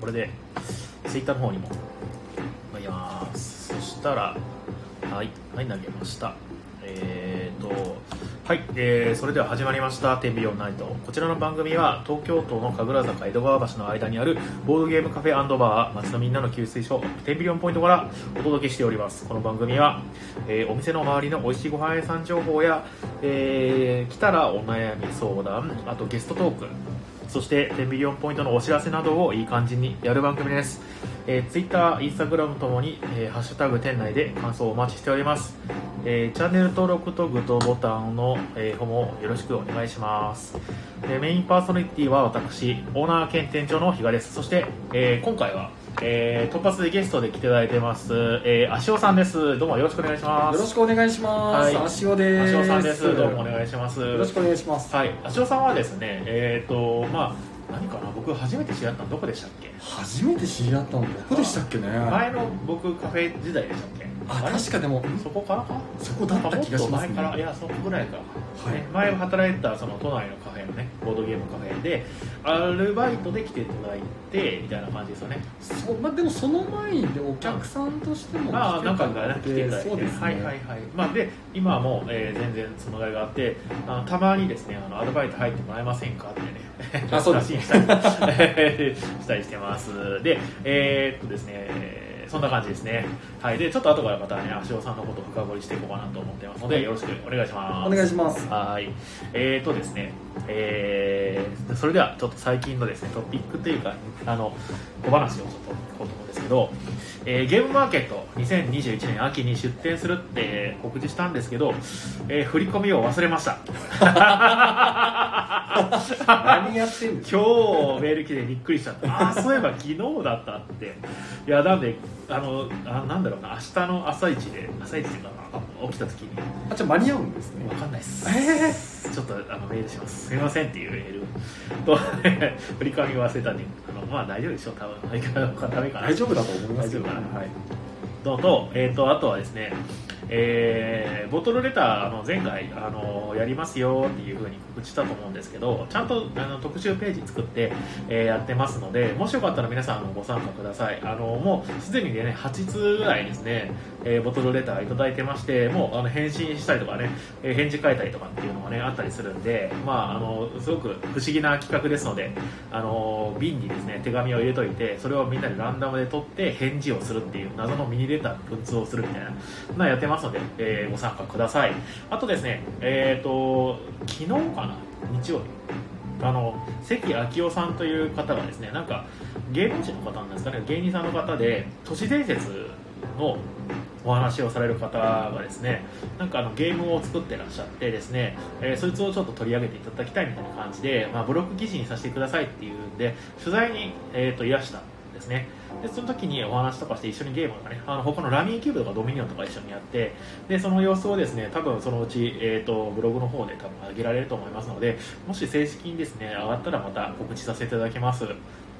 これでツイッターの方にもあげますそしたらはいはい投げましたえー、とはい、えーそれでは始まりました「天秤オンナイト」こちらの番組は東京都の神楽坂江戸川橋の間にあるボードゲームカフェバー街のみんなの給水所天秤オンポイントからお届けしておりますこの番組は、えーお店の周りの美味しいご飯屋さん情報や、えー来たらお悩み相談あとゲストトークそして、テンビリオンポイントのお知らせなどをいい感じにやる番組です。えー、Twitter、Instagram ともに、えーハッシュタグ店内で感想をお待ちしております。えーチャンネル登録とグッドボタンの、えー、フォもよろしくお願いします。でメインパーソナリティは私、オーナー兼店長の比嘉です。そして、えー今回は、えー突発でゲストで来ていただいてます、えー、足尾さんです。どうもよろしくお願いします。よろしくお願いします。はい足尾です。足尾さんです。どうもお願いします。よろしくお願いします。はい、足尾さんはですね、えっ、と、まあ、何かな、僕初めて知り合ったのどこでしたっけ。初めて知り合ったのどこでしたっけね。前の僕カフェ時代でしたっけ。あ、れ確かでもそこからか。そこだった気がしまもすっと前から、いね。や、そこぐらいか。いね前働いてた、その都内のカフェのね、ボードゲームカフェで。アルバイトで来ていただいて、みたいな感じですよね。そうまあでもその前にお客さんとしてもまあ、なんかたがの来ていただいて、そうですね。はいはいはい、まあ、で今はもう、えー全然つながりがあってあのたまにですねあのアルバイト入ってもらえませんかってね あそうですねしたりしたりしてますでえーっとですねえーそんな感じですねはいでちょっと後からまたね足尾さんのことを深掘りしていこうかなと思ってますのでよろしくお願いしますお願いし ます。はい。えーとですね、えーそれではちょっと最近のですね、トピックというか、あの、小話をちょっと聞こうと思うんですけど、えーゲームマーケット2021年秋に出店するって告示したんですけど、えー振り込みを忘れました。 何やってんですか。今日メール来てびっくりしちゃったああそういえば昨日だったっていやなんであのあなんだろうな明日の朝一で朝一っていうかあ起きた時にあ、じゃあ間に合うんですねわ。かんないっす。えちょっとあのメールします。すみませんっていうメール と振り込み忘れたんで、あのまあ大丈夫でしょう。多分相変わらずダメかな。大丈夫だと思いますけどね。大丈夫かなはい。のと、えー、とあとはですね、えーボトルレターあの前回あのやりますよっていうふうに告知したと思うんですけどちゃんとあの特集ページ作って、えーやってますのでもしよかったら皆さんあのご参加くださいあのもうすでにね8通ぐらいですね、えーボトルレターいただいてましてもうあの返信したりとかねえー返事書いたりとかっていうのがねあったりするんでまああのすごく不思議な企画ですのであの瓶にですね手紙を入れといてそれをみんなでランダムで取って返事をするっていう謎のミニレターの文通をするみたいなのをやってますので、えーご参加くださいあとですねえっ、と昨日かな日曜日あの関昭夫さんという方がですねなんか芸能人の方なんですかね芸人さんの方で都市伝説のお話をされる方がですねなんかあのゲームを作ってらっしゃってですね、えーそいつをちょっと取り上げていただきたいみたいな感じで、まあ、ブロック記事にさせてくださいっていうんで取材に、えー、といらしたんですねでその時にお話とかして一緒にゲームとかねあの他のラミーキューブとかドミニオンとか一緒にやってでその様子をですね多分そのうち、えー、とブログの方で多分上げられると思いますのでもし正式にですね上がったらまた告知させていただきます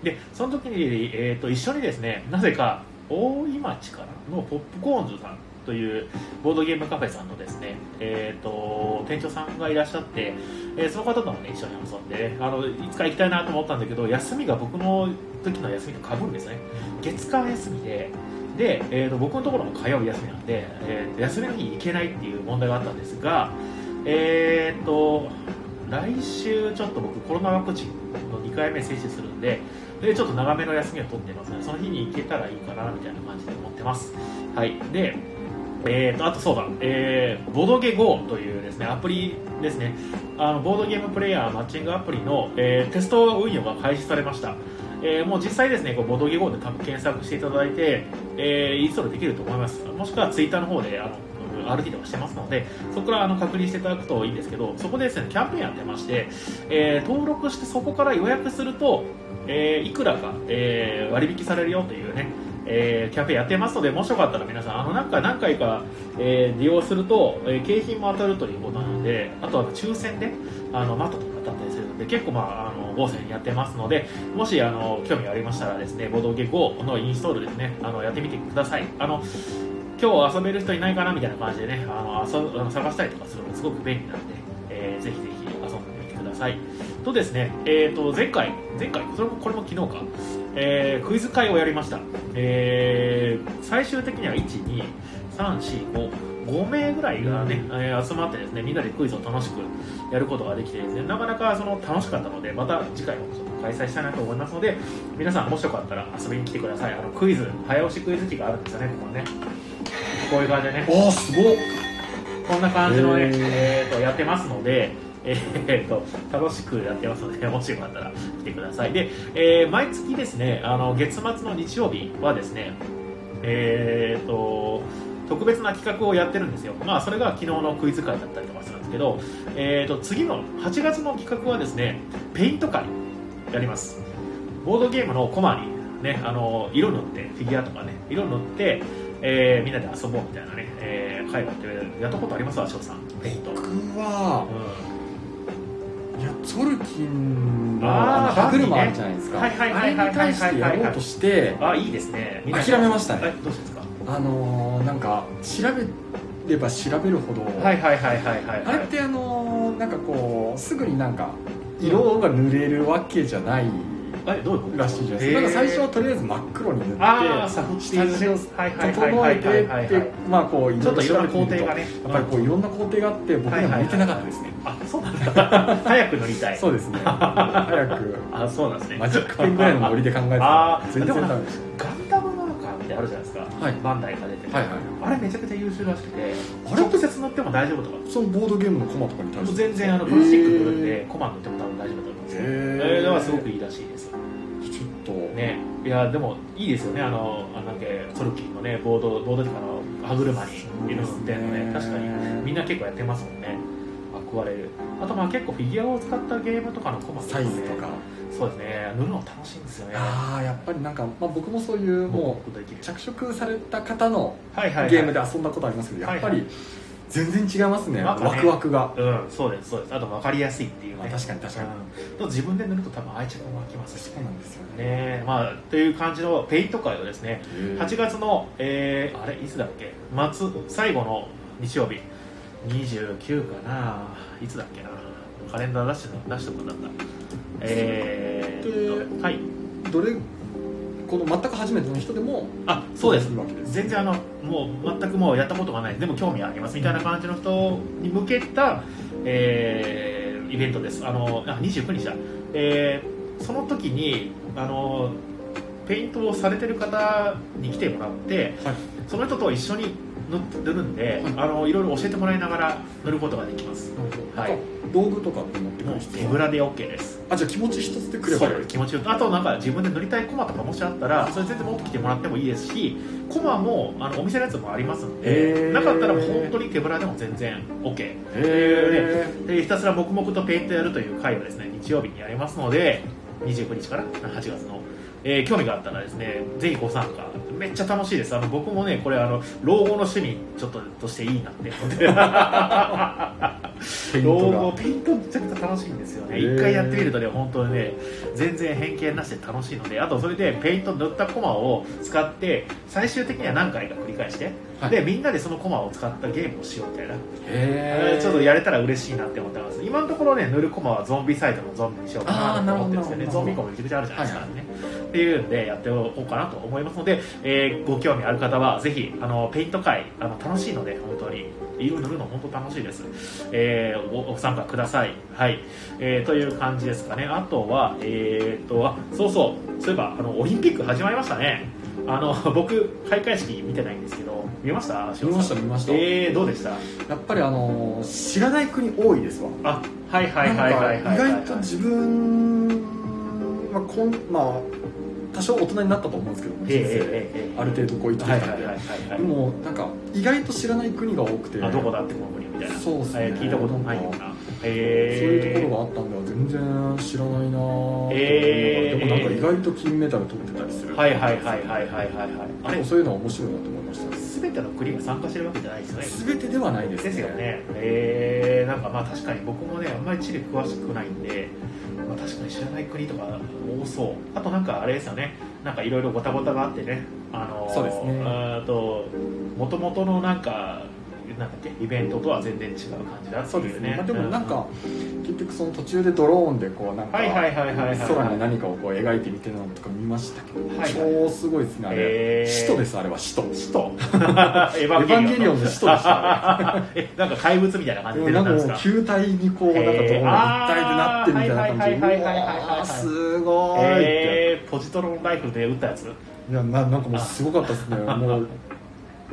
でその時に、えー、と一緒にですねなぜか大井町からのポップコーンズさんというボードゲームカフェさんのですね、えー、と店長さんがいらっしゃって、えーその方とも、ね、一緒に遊んであのいつか行きたいなと思ったんだけど休みが僕の時の休みと被るんですね月間休みでで、えー、と僕のところも火曜日休みなんで、えーと休みの日に行けないっていう問題があったんですがえー、と来週ちょっと僕コロナワクチンの2回目接種するんででちょっと長めの休みを取ってますのでその日に行けたらいいかなみたいな感じで思ってますはいでえー、とあとそうだ、えー、ボドゲ GO というですねアプリですねあのボードゲームプレイヤーマッチングアプリの、えーテスト運用が開始されました、えーもう実際ですねこうボードゲ GO で多分検索していただいて、えーインストールできると思いますもしくはツイッターの方であの RT とかしてますのでそこからあの確認していただくといいんですけどそこでですねキャンペーンやってまして、えー登録してそこから予約すると、えーいくらか、えー割引されるよというねえーキャンペーンやってますので、もしよかったら皆さん、あのなんか何回か、えー利用すると、えー景品も当たるということなので、あとは抽選で、あの、マットとか当たったりするので、結構まあ、あの、豪勢にやってますので、もし、あの、興味ありましたらですね、ボドゲ GO のインストールですね、あの、やってみてください。あの、今日遊べる人いないかなみたいな感じでね、あの、遊ぶあの探したりとかするのもすごく便利なんで、えーぜひぜひ遊んでみてください。とですね、えっ、と、前回、前回、それも、これも昨日か、えークイズ会をやりました、えー最終的には12345名ぐらいがね、えー集まってですねみんなでクイズを楽しくやることができてですねなかなかその楽しかったのでまた次回もちょっと開催したいなと思いますので皆さんもしよかったら遊びに来てくださいあのクイズ早押しクイズ機があるんですよねここねこういう感じでねおーすごっこんな感じのねへ、ーえーとやってますので、えーと楽しくやってますので、も しよかったら来てください。で、えー毎月ですね、あの月末の日曜日はですね、えーと特別な企画をやってるんですよ。まあ、それが昨日のクイズ会だったりとかするんですけど、えーと次の8月の企画はですね、ペイント会やります。ボードゲームのコマに、ね、あの色塗って、フィギュアとかね、色塗って、えーみんなで遊ぼうみたいなね、えー、会があってやったことありますわ翔さんペイント、うん僕はいやツォルキンのあのあー歯車バあンビねるじゃないですかはいはいはいはいはいはいはいあれに対してやろうとしてあいいですねみんな諦めましたねはいどうしてですかあのーなんか調べれば調べるほど、はいはいはいはいはいあれってあのーなんかこうすぐになんか色が塗れるわけじゃないあれどういうことらしいじゃないですかなんか最初はとりあえず真っ黒に塗ってああサフ下地はいをはいはい整はいえはいてはっいてまあこうちょっといろん調べな工程てみるとがやねっぱりこういろんな工程があって僕には向いてなかったですねあそうなんだ早く乗りたいそうですね早くあそうなんですねマジックペンぐらいのノリで考えてたあらー全然ダメでしガンダムマーカーってあるじゃないですかたはいバンダイが出てるはいはいあれめちゃくちゃ優秀らしくてあれ直接乗っても大丈夫とかそのボードゲームのコマとかに対して全然あのプラスチック塗るんで、コマ塗っても多分大丈夫だと思うんですよ、へーえーだからすごくいいらしいですちょっとねいやでもいいですよねあのあのなんだっけトルキンのねボードボードとかの歯車に色塗ってんのね確かにみんな結構やってますもんね憧れるあとまあ結構フィギュアを使ったゲームとかのコマサイズとかそうですね塗るの楽しいんですよねああやっぱりなんか、まあ、僕もそういうもうできるう着色された方のはいはい、はい、ゲームで遊んだことありますけどやっぱはいり全然違いますねなワんかねクワクがうんそうですそうですあと分かりやすいっていうねあ確かに確かにうんと自分で塗ると多分愛着も湧きますしそうなんですよねねまあという感じのペイント会をですね8月の、えーあれいつだっけ末最後の日曜日29かないつだっけなカレンダー出してた出してもらったえーっとはいどれこの全く初めての人でもあそうですいいわけです全然あのもう全くもうやったことがないでも興味ありますみたいな感じの人に向けた、えーイベントですあのあ29日だ、えーその時にあのペイントをされてる方に来てもらって、はいその人と一緒に塗って塗るんで、はいい、あのいろいろ教えてもらいながら塗ることができますははいい道具とかって持ってくもるう必手要ぶらで OK ですあじゃあ気持ち一つでくればそようい気持ちよくあとなんか自分で塗りたいコマとかもしあったらそれ全然持ってきてもらってもいいですしコマもあのお店のやつもありますので、へーなかったらもう本当に手ぶらでも全然 OK へでひたすら黙々とペイントやるという会をですね日曜日にやりますので29日から8月の、えー興味があったらですねぜひご参加めっちゃ楽しいですあの僕もねこれあの老後の趣味ちょっととしていいなって思ってペイン老ト後がペイントめちゃくちゃ楽しいんですよねへー一回やってみるとね本当にね全然偏見なしで楽しいのであとそれでペイント塗ったコマを使って最終的には何回か繰り返して、はいでみんなでそのコマを使ったゲームをしようみたいな、へーちょっとやれたら嬉しいなって思ってます今のところね塗るコマはゾンビサイドのゾンビにしようかなと思ってるんですよねあーなるほどなるほどゾンビコマめちゃくちゃあるじゃないですか、ねっていうんでやっておこうかなと思いますので、えーご興味ある方はぜひあのペイント会あの楽しいので本当に色塗るの本当楽しいです、えーごご参加くださいはい、えーという感じですかねあとはえーっとあそうそうそういえばあのオリンピック始まりましたねあの僕開会式見てないんですけど見ました見ました見ましたえー、どうでしたやっぱりあのー知らない国多いですわあはいはいはいはいはいはいなんか意外と自分はこんまあ多少大人になったと思うんですけどもええ人生ええええある程度こう生きはていきはいはたんいではいはでいもなんか意外と知らない国が多くてあどこだってこの国みたいなそうっすねえー聞いたことないようなそうへいえうところがあったんでは全然知らないなぁえーでもなんか意外と金メダル取ってたりするはいはいはいはいはいはいはいあ結れ構そういうのは面白いなと思いました全ての国が参加してるわけじゃないですよね全てではないですですよねえー、なんかまあ確かに僕もねあんまり地理詳しくないんで、まあ、確かに知らない国とか多そうあとなんかあれですよねなんかいろいろごたごたがあってねあのーそうですねあーともともとのなんかなんだっけイベントとは全然違う感じだってそうでいすうね、ねまあ、でもなんか、結局その途中でドローンでこうなんかはいはいはいはいはい空に何かをこう描いてみてるのとか見ましたけど、はい超すごいですねあへれー使徒ですあれは使徒使 徒エヴエヴァンゲリオンのの使徒でした、 えなんか怪物みたいな感ね、じでで出て たもなんかんですもうか球体にこうなんかドローンが一体でなってみたいな感じえーあでーうはいはいはいはいはいはいわーすごーいってえー、ポジトロンライフルで撃ったやついやななんかもうすごかったですねもう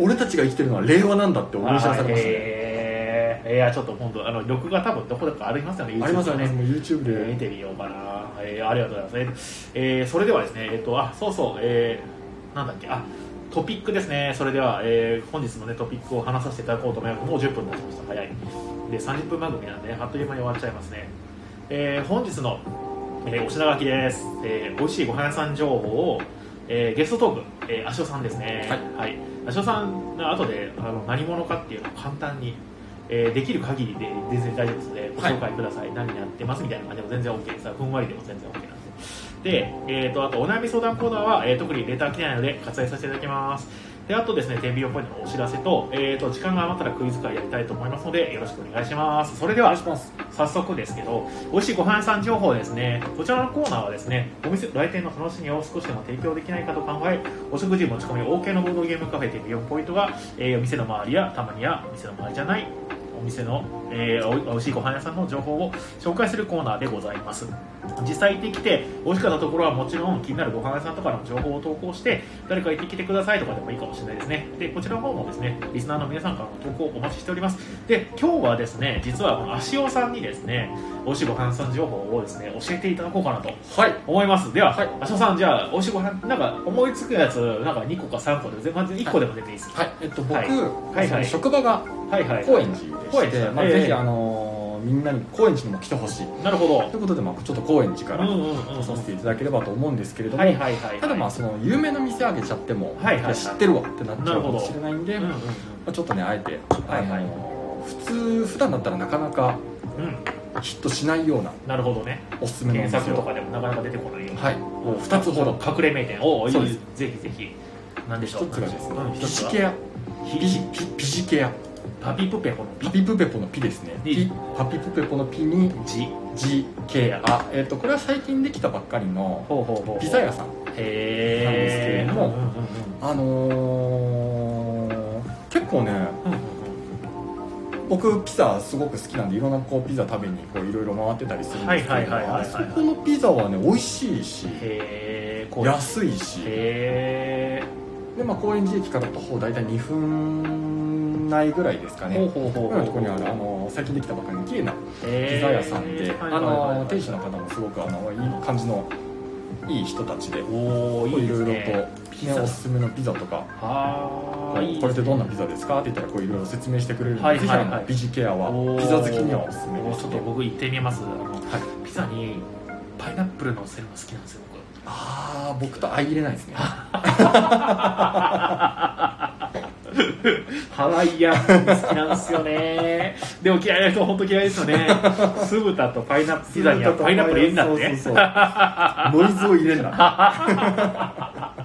俺たちが生きてるのは令和なんだって思い知らされましたねえー、いやちょっと今度あの録画多分どこだかありますよね YouTube ありますよねねもう YouTube えー見でてみようかな、えーありがとうございます、えーそれではですねえっ、とあそうそう、えーなんだっけあトピックですねそれでは、えー本日のねトピックを話させていただこうと思いますもう10分になってました早いで30分番組なんでねあっという間に終わっちゃいますね、えー本日の、えーお品書きです、えー、美味しいご飯屋さん情報を、えーゲストトーク、えー、足尾さんですねはい、足尾さんが後であの何者かっていうのを簡単にえーできる限りで全然大丈夫ですので、ご紹介ください、何やってますみたいな感じでも全然 OK です、ふんわりでも全然 OK なんで、でえー、とあとお悩み相談コーナーは、えー特にレター来てないので、割愛させていただきます。であとですね、天秤ポイントのお知らせと、えー、と時間が余ったらクイズ会やりたいと思いますので、よろしくお願いします。それでお願はいし、ます早速ですけど美味しいご飯屋さん情報ですねこちらのコーナーはですねお店来店の楽しみを少しでも提供できないかと考えお食事持ち込み OK のボードゲームカフェでビヨンポイントが、えーお店の周りやたまにや店の周りじゃないお店の、えーお美味しいご飯屋さんの情報を紹介するコーナーでございます実際行ってきて美味しかったところはもちろん気になるご飯屋さんとかの情報を投稿して誰か行ってきてくださいとかでもいいかもしれないですねでこちらの方もですねリスナーの皆さんからの投稿をお待ちしておりますで今日はですね実はこの足尾さんにですね美味しいご飯屋さん情報をですね教えていただこうかなとはい思いますでは、はい足尾さんじゃあ美味しいご飯なんか思いつくやつなんか2個か3個で全然1個でも出ていいですはいえっと僕、はいはいその職場がはいはい高円寺で高し円て、寺まあ、ええぜひあのーみんなに高円寺にも来てほしいなるほといどうことで、まあ、ちょっと高円寺からうんうんうんうん来させていただければと思うんですけれども、はいはいはいはいただまあその有名な店あげちゃっても、はいはいはい知ってるわってなっちゃうかもしれないんで、うんうんまあ、ちょっとねあえて、はいはいあのー普通普段だったらなかなかうんうんヒットしないようななるほどねおすすめのお検店索とをかでもなかなか出てこないよはいもう2つほど隠れ名店をそうですぜひぜひ何でしょう1つがですねうんピ一つジはケアひピジピピジケアパピプペコのピパピプペポのピですねいいピパピプペポのピにジ GK あ、えっとこれは最近できたばっかりのほうほうほうピザ屋さんへーなんですけれどもうんうんうんあのー結構ねうんうん僕ピザすごく好きなんでいろんなこうピザ食べにこういろいろ回ってたりするんですけはれいどはいはいはいもはいあそこのピザはね美味しいしへーこう安いしへで、まあ、高円寺駅から徒歩大体2分内ぐらいですかーほうねほうほうこほのうとこにあるあの最近できたばかりの綺麗なピへーザ屋さんで、はいはいあはいはいの店主の方もすごくあのいい感じのいい人たちでおーいいいですろいろと、ねね、ピザおすすめのピザとかあこーういいこれってどんなピザですかって言ったらこういろいろ説明してくれるので、はいぜひあはいはいのビジケアおはーピザ好きにはおすすめですちょっとね僕行ってみますあの、いピザにパイナップルのせるの好きなんですよ僕ああ僕と相入れないですねハワイアン好きなんですよねでも嫌いな人は本当嫌いですよね酢豚とパイナップルピザ にはパイナップル入れんだってそうそうそう ノイズを入れ るな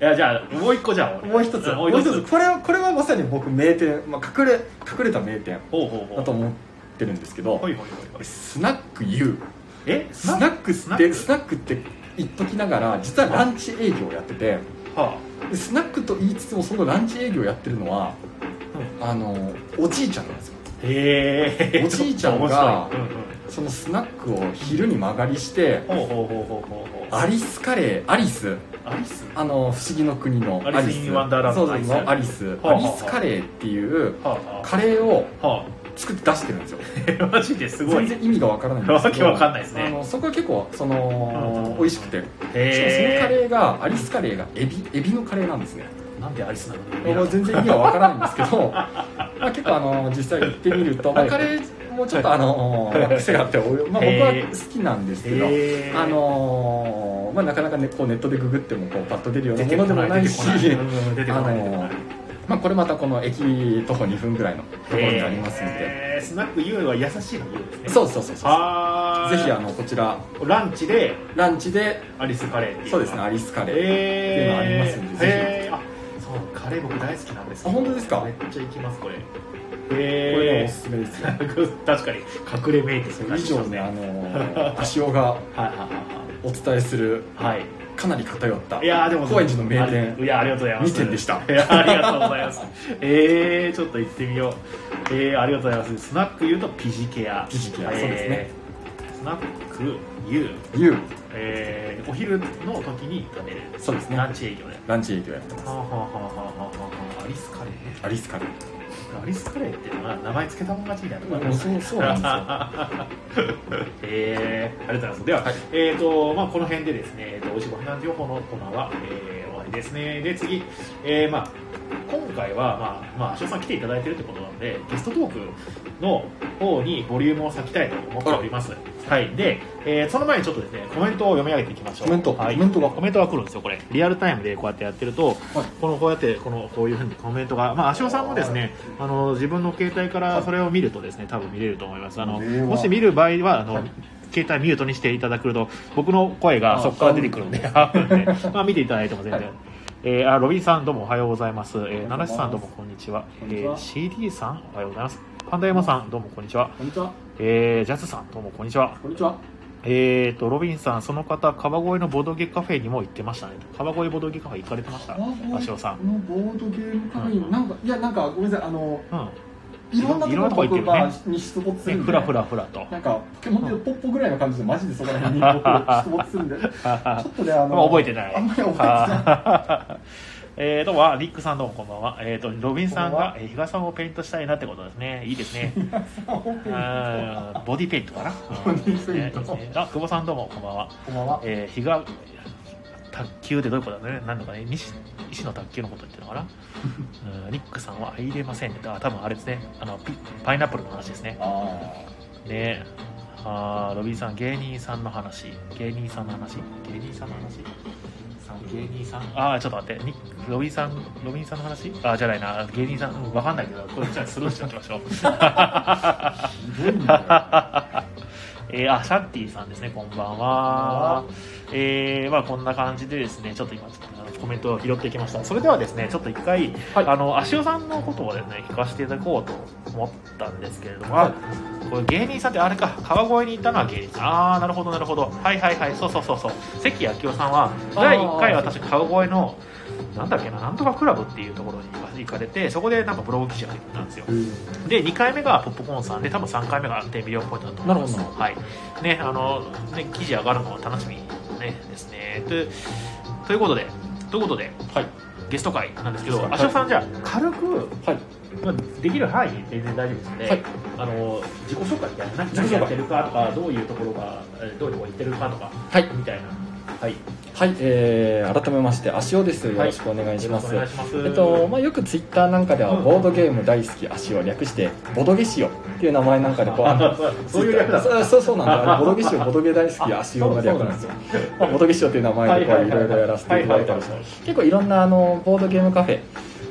いやじゃあもう一個じゃあ俺もう一つんもう一つこれはこれはまさに僕名店、まあ、隠れ隠れた名店ほうほうほうだと思ってるんですけどほいほいほいほいスナック U えスナックスナっッてクスナックって言っときながら実はランチ営業をやっててはでスナックと言いつつもそのランチ営業をやってるのはあのおじいちゃんなんですよあへえおじいちゃんがうんうんそのスナックを昼に曲がりしてほうほうほうほうほうほうアリスカレーアリスアリスあの不思議の国のアリスインワンダーランドそうそうアアリリススはあアはあリスカレーっていうはあはカレーをあ は作って出してるんですよあマジですごい全へ然意味がわからないんですけどわけわかんないですねあのそこは結構そうんうんうのん美味しくてしかもそのカえレーがアリスカレーがエビエビのカレーなんですねなんでアリスなのにもう全然意味はわからないんですけ どまあ結構あの実際行ってみると、まあ、カレーもちょっとあのはい癖があって、まあ、僕は好きなんですけどへーあのーまあ、なかなか、ね、こうネットでググってもこうパッと出るようなものでもないし、出てこない出てこない出てこないあのーまあ、これまたこの駅徒歩2分ぐらいのところにありますので、へースナック U は優しいの U ですねそうそうそうそうはぜひあのこちらひランチでランチでアリスカレーっていのがそうですねアリスカレー、えっていうのありますんでえー、あそうかカレー僕大好きなんですあ本当ですかめっちゃ行きますこれこれがおへすすめですよ確かに隠れ名そ店れ以上ね あの足尾がはいはいお伝えするはいはいはいかなり偏ったいやーでも高円寺の名あい店やありがとうございます2点でしたい やありがとうございますえー、ちょっと行ってみようえー、ありがとうございますスナック U とピジケアピジケアえーそうですねスナック U、ゆうえー、お昼の時に食べるそうですねランチ営業でランチ営業やってまはあはあはあはあはあアリスカレーすアリスカレーアリスカレーっていうのは名前つけたもん勝ちみたいなとこありうまんすねそうそうなんですよ えー、ありがとうございます。では、はいえーとまあ、この辺でですね、えー、とおいしいご避難情報のコーナーは、えー終わりですね。で、次、えーまあ、今回は、まあ、まあ、翔さん来ていただいてるってことなんで、ゲストトークの方にボリュームを割きたいと思っております。はい。で、えーその前にちょっとですね、コメントを読み上げていきましょう。コメントはいコメントがコメントが来るんですよ、これ。リアルタイムでこうやってやってると、このこうやってこのこういうふうにコメントが、まあ、足尾さんもですねあの自分の携帯からそれを見るとですね多分見れると思いますあのこれはもし見る場合はあの、はい携帯ミュートにしていただくと僕の声があそこから出てくるんであるんで まあ見ていただいても全然。はいえーあロビンさんどうもおはようございます、えー、おはようございます七瀬さんどうもこんにちはこんにちはえー、CD さんおはようございますパンダ山さんどうもこんにちは、こんにちはえー、ジャズさんどうもこんにちはこんにちはえーとロビンさんその方川越のボドゲカフェにも行ってましたね川越ボドゲカフェ行かれてました足尾さんこのボードゲームカフェになんかいやなんかごめんなさいあのうんいろんなところいろんなとこ行ってるね僕がに出没すね、るんふでらふらふらと。なんかポケモンでポッポぐらいの感じでマジでそこら辺に 僕が出没するんでちょっとねあまあの覚えてない。あんまり覚えてないない。 えー、どうも、リックさんどうもこんばんは。えー、と、ロビンさんこんばんがは、えー、日賀さんをペイントしたいなってことですね。いいです ね。本編あーボディペイントかな。ボディペイントうんいいですねあ、久保さんどうもこんばんは。こんばんはえー、日賀、卓球ってどういうことだろうね。なんとかね、西西の卓球のこと言ってるのかな。うんリックさんは入れませんって。あ、多分あれですね。あの、ピパイナップルの話ですね。あねあーロビーさん芸人さんの話芸人さんの話芸人さんの話さん芸人さんああちょっと待ってにロビーさんロビーさんの話あーじゃないな芸人さん、うん、わかんないけどこれじゃあスルーしておきましょうあひどいんだよえー、あシャンティさんですねこんばんはえー、まあこんな感じでですねちょっと今ちょっとあのコメントを拾っていきましたそれではですねちょっと一回、はいあの足尾さんのことをですね聞かせていただこうと思ったんですけれども、はいこれ芸人さんってあれか川越に行ったのは芸人さんああなるほどなるほどはいはいはいそうそうそうそう関明夫さんは第1回あー私川越のなんだっけななんとかクラブっていうところに行かれてそこでなんかブログ記事を書いてたんですよで2回目がポップコーンさんで多分3回目が安定ミリオンポイントだと思いますなるほはいねあのね記事上がるのも楽しみ、ね、ですねとということでということではいゲスト会なんです けどはい芦尾さんじゃあ軽く、はいまあ、できる範囲で全然大丈夫ですので、はいあの自己紹介みたいな何自己紹何介やってるかとかどういうところがえーどういうところ行ってるかとかはいみたいなはいはい、えー改めまして足尾ですよろしくお願いします、よろくお願いしますえっとまあ、よくツイッターなんかではうんボードゲーム大好き足を略してボドゲシオっていう名前なんかでこうあの そういう略だそうそうそうなんだあれボドゲシオボドゲ大好き足をの略なんですよ、まあ、ボドゲシオっていう名前でこはういいはいはいろいろやらせていただいたりして結構いろんなあのボードゲームカフェ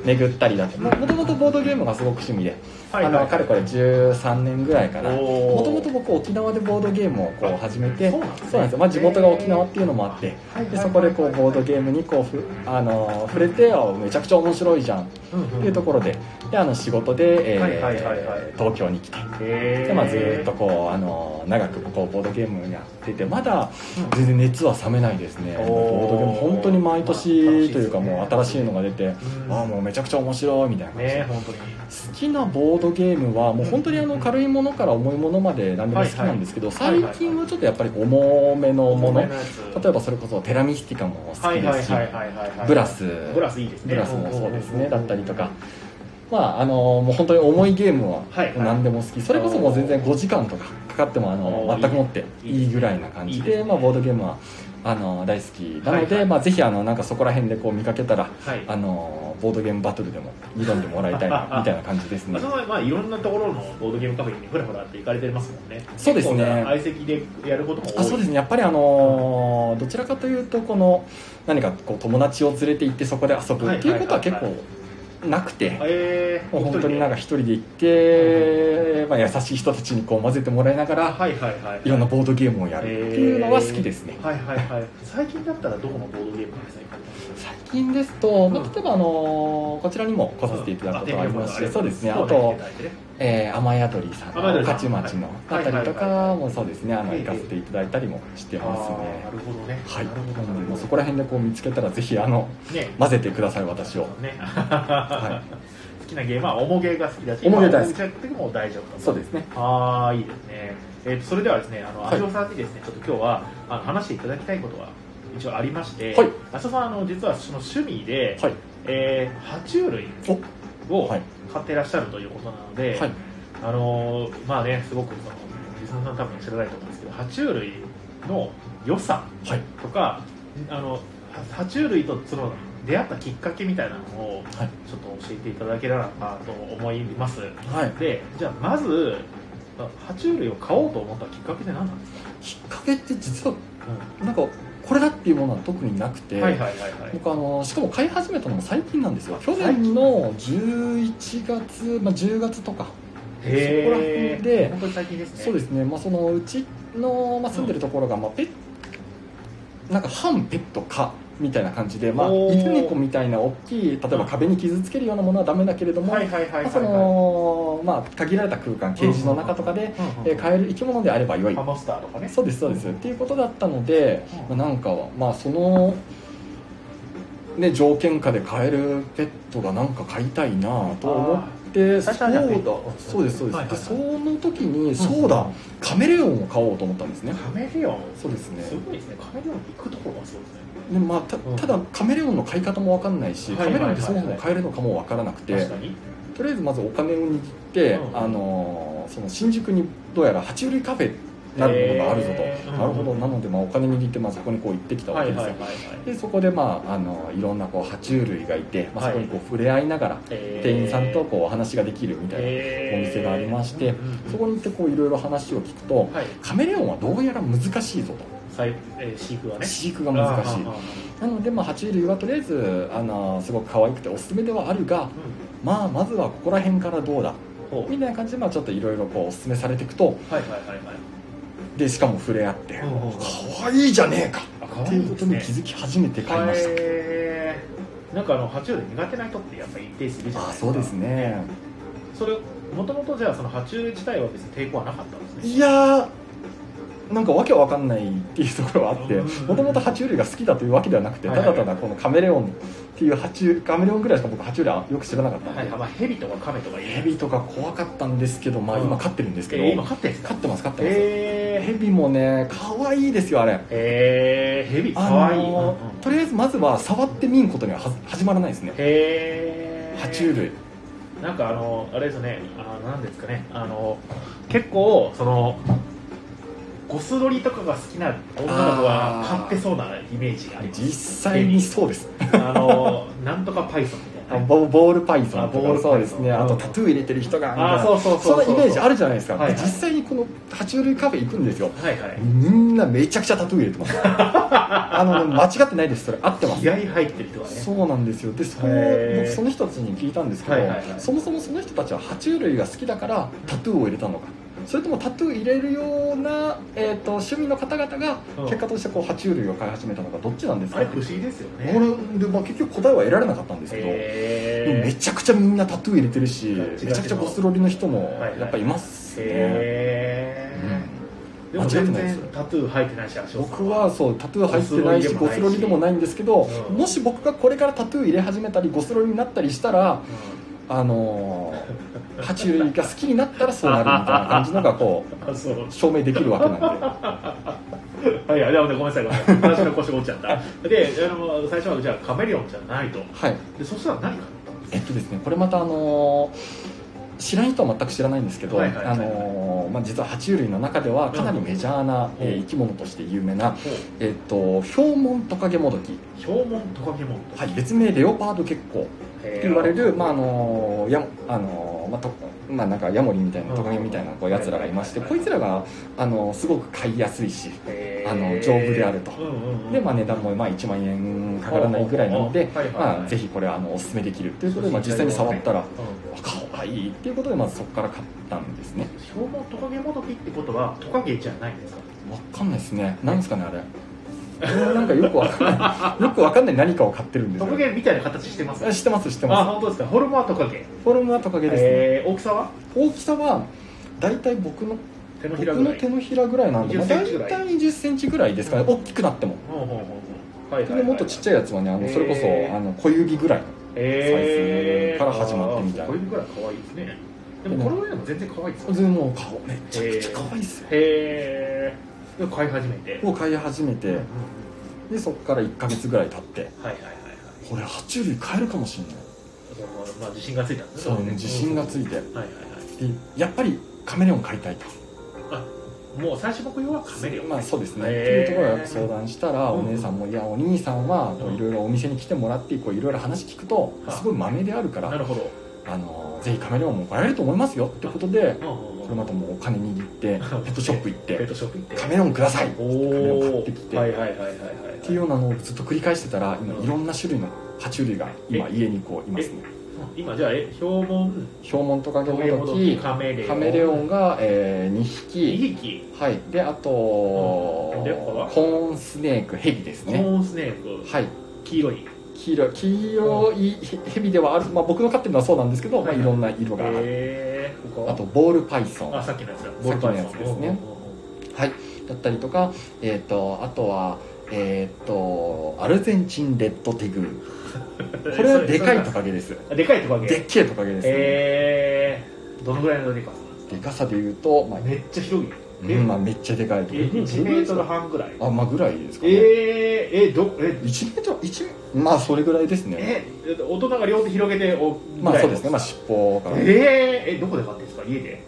巡ったりだとももともとボードゲームがすごく趣味で、はいあのかれこれ13年ぐらいかなももともと僕沖縄でボードゲームをこう始めてそそううななんんですねですよ、まあ、地元が沖縄っていうのもあってでそこでこうボードゲームにこうふ、あのー触れてあめちゃくちゃ面白いじゃんっうんうんていうところでであの仕事で、えーはいはいはいはい東京に来てへで、まあ、ずーっとこう、あのー長くこうボードゲームやっててまだうん全然熱は冷めないですね、おーボードゲーム本当に毎まあ楽しいです年ねというかもう新しいのが出て、うんああもうめちゃくちゃ面白いみたいな感じでね本当に好きなボードゲームはもう本当にあの軽いものから重いものまで何でも好きなんですけど、はいはい最近はちょっとやっぱり重めのもの、例例えばそれこそテラミスティカも好はいきはいですしはいはいはいはいブラスブラスいいですねブラスもそうですねんだったりとかまああのもう本当に重いゲームははいはい何でも好きそれこそもう全然5時間とかかかってもあおーの全くもっていいいいぐらいな感じいいでですねまあボードゲームはあの大好きなはのいはいでまあぜひあのなんかそこら辺でこう見かけたらはいあのボードゲームバトルでも挑んでもらいた いなみたいな感じですまねあ、その前まあいろんなところのボードゲームカフェにふらふらって行かれてますもんねそうですね結構相席でやることも多いあそうですねやっぱりあのーどちらかというとこの何かこう友達を連れて行ってそこで遊ぶっていうことは結構なくて、えー、もう本当になんか一人で一人で行って、まあ、優しい人たちにこう混ぜてもらいながらはいはいはいいろんなボードゲームをやるっていうのは好きですね、えーはいはいはい最近だったらどこのボードゲームが最近最近ですと、まうんあ、例えば、あのこちらにも来させていただくことがありますし、そうですねあと、えー、雨宿りさん雨宿のりさん勝ち町のあはいたりとはいはいはかいもそうですねあのええ行かせていただいたりもして出ますなねるほどねはいなるほどなのでもうなそるこら辺でこう見つけたらぜひあのほどね 混ぜてください私をね、は好きなゲームは重ゲーが好きだし重ゲー大好ききでも大丈夫だそうですねああいいですね、えーとそれではですねあのはい足尾さんにですね、ちょっと今日はあの話していただきたいことが一応ありまして、はい足尾さんあの実はその趣味で、はいえー爬虫類をはい飼ってらっしゃるということなので、はいあのーまあねすごくそのリスナーさん多分知らないと思うんですけど爬虫類の良さはいとかあの爬虫類とその出会ったきっかけみたいなのをはいちょっと教えていただければなと思いますはいでじゃあまず爬虫類を買おうと思ったきっかけって何なんですか、きっかけって実はなんかこれだっていうものは特になくて、はいはいはいはい僕あのしかも買い始めたのも最近なんですよ去年の11月、まあ、10月とかそこら辺で本当に最近ですねそうですすね、まあ、そのうちの、まあ、住んでるところが、まあ、ペッなんか半ペットかみたいな感じで、まあ、おー犬猫みたいな大きい例えば壁に傷つけるようなものはダメだけれども、はいはいはいはいまあはいそのまあ、限られた空間ケージの中とかで、うんえー飼える生き物であれば良いハムスターとかねそうですそうですっていうことだったので、まあ、なんかは、まあ、その、ね、条件下で飼えるペットがなんか飼いたいなぁと思って最そう初はじゃあペットだそうですそうです、はいはいはいでその時に、そうだカメレオンを買おうと思ったんですねカメレオンそうですねすごいですねカメレオン行くところがそうですねで、まあ、たうんただカメレオンの飼い方も分かんないし、はいはいはいカメレオンってそもそも飼えるのかも分からなくて、確かにとりあえずまずお金を握って、うんあのーその新宿にどうやら爬虫類カフェなるものがあるぞと、へーなるほどなので、まあ、お金握ってまあそこにこう行ってきたわはけいですよ、はいはいはいでそこで、まあ、あのいろんなこう爬虫類がいて、まあ、はそいこにこう触れ合いながら、店員さんとこうお話ができるみたいな、おお店がありましてそこに行ってこういろいろ話を聞くとはいカメレオンはどうやら難しいぞさいえー飼育はとね飼育が難しいあーあーあなので、まあ、爬虫類はとりあえずあのすごく可愛くておすすめではあるが、ーまあ、まずはここら辺からどうだうんほうみたいな感じで、まあ、ちょっといろいろこうおすすめされていくとはいはいはいはいでしかも触れ合ってうんうんうん可愛いじゃねえかあ可っ愛ていいですねうことに気づき始めて買いましたへーなんかあの爬虫類苦手な人ってやっぱり一定数いるじゃないあですかそうですねそれもともとじゃあその爬虫類自体は別に抵抗はなかったんですねいやーなんかわけわかんないっていうところはあってうんもともと爬虫類が好きだというわけではなくてはたいはいだただこのカメレオンっていう爬虫カメレオンぐらいしか僕爬虫類はよく知らなかったんで、はいまあヘビとかカメとかいるヘビとか怖かったんですけど、まあ、うん今飼ってるんですけど、えー今飼ってるんです飼かってます飼ってます、ヘえビもね可愛いですよあれえヘビかあわいいのーうんうんとりあえずまずは触ってみんことにはは始まらないですねへー爬虫類なんかあのあれですねあなんですかねあの結構そのゴスロリとかが好きな女の子はあー買ってそうなイメージがあり ます実際にそうですあのなんとかパイソンみたあいなボボールパイソンあボーとルかそうですねパイソンあとタトゥー入れてる人がみたいなあーそうそうそそうのそうイメージあるじゃないですか、はいはいで実際にこの爬虫類カフェ行くんですよはいはいみんなめちゃくちゃタトゥー入れ てますあのね間違ってないですそれ合ってます気合い入ってるとかねそうなんですよでそのへー僕その人たちに聞いたんですけど、はいはいはいそもそもその人たちは爬虫類が好きだからタトゥーを入れたのかそれともタトゥー入れるような、えー、と趣味の方々がうん結果としてこう爬虫類を飼い始めたのかどっちなんですあかれ不思議ですよねこれで、まあ、結局答えは得られなかったんですけど、へめーちゃくちゃみんなタトゥー入れてるしガチガチのめちゃくちゃゴスロリの人もはいはいやっぱいますね、へーでも全然タトゥー入ってないし足尾さん僕はそうタトゥー入ってないしゴゴススロロリリででももなないんですけど、うんもし僕がこれからタトゥー入れ始めたりゴスロリになったりしたらうあの ー爬虫類が好きになったらそうなるみたいな感じのがこうんあそう証明できるわけ なんではいやでもねごめんなさいごめんなさい話の腰が落ちちゃった であの最初はじゃあカメレオンじゃないとはいでそしたら何かったんですえっとですねこれまたあのー知らん人は全く知らないんですけど、はいはいはいあのーまあ、実は爬虫類の中ではかなりメジャーな、えー生き物として有名な、えっと、ヒョウモントカゲモドキ、標本トカゲモンとはい、別名レオパード結構えっーて言われる、まああのやあのまあとまあ、なんかヤモリみたいなトカゲみたいなこうやつらがいましてうんこいつらが、あのすごく飼いやすいし、えーあの丈夫であるとうんうんうんで、まあ、値段もまあ1万円かからないぐらいなのでああはいはいはいまあぜひこれあのおすすめできるということで、まあ、実際に触ったらあ可愛いっていうことでまずそこから買ったんですねヒョウモトカゲモドキってことはトカゲじゃないんですかわかんないですねなんですかね あれこれはなんかよくわかんないよくわかんない何かを買ってるんですトカよゲみたいな形してますあ知ってます知ってあま本当ですかホルモンはトカゲ、すフォルムはトカゲですね、えー、大きさは大きさは大体僕の手のひら僕ぐらのい手のひらぐらいなんで、まあ、 20セン大チぐらい体2 0ンチぐらいですかね、大きくなってもほうほうほうほうはいはいではいもっとちっちゃいやつはねあのへーそれこそあの小指ぐらいえー、サイズから始まってみたいなあー小指ぐらい可愛いですねでもこの上でも全然可愛いですよのもう顔めちゃくちゃ可愛いっすよへえで買い始めてを買い始うめんてうんでそこから1ヶ月ぐらい経ってはいはいはいはいこれ爬虫類買えるかもしんないそのまあ自信がついたんですそうね自信がついいてでたはいはいはやっぱりカメレオン買いたいといもう最初目標はカメレオンまあそうですね、へーっていうところをやっぱ相談したら、うんお姉さんも「いやお兄さんはうこうんいろいろお店に来てもらってこういろいろ話聞くとはあすごいマメであるかならるほどあのぜひカメレオンも来られると思いますよ」ってことでうんうんうんこれまたもうお金握ってペットショップ行っペッてトショップ行っ「てカメレオンください!」っておカメレオン買おってきて、はいはいはいはいはいはいっていうようなのをずっと繰り返してたら今うんいろんな種類の爬虫類が今え家にこういますね今じゃあえ標本ヒョウモントカゲトモカゲモドドキキカメレオンカメレオンが、え2匹2匹はいであと、うんで他はコーンスネークヘビですコねーンスネークはい黄色い黄色黄色いヘヘビではある、まあ、僕の飼ってるのはそうなんですけど、まあ、はいいろんな色があるえー他はあとボールパイソンあださっきのやつださっきのやつでボすねールパイソンうんうんうんったりとか、えー、とあとは、えー、とアルゼンチンレッドテグ こーこれはでか いトカゲですでかいトカゲでっけえトカゲです、ねえー、どのぐらいのでかさでかさで言うと、まあめっちゃ広いうんまあ、めっちゃでかいえ1メートル半ぐらいあまあぐらいですかね、えー、えどえ1メートル一まあそれぐらいですねえ大人が両手広げておまあそうですね、まあ、あ尻尾から、えー、えどこで買ってんですか家 で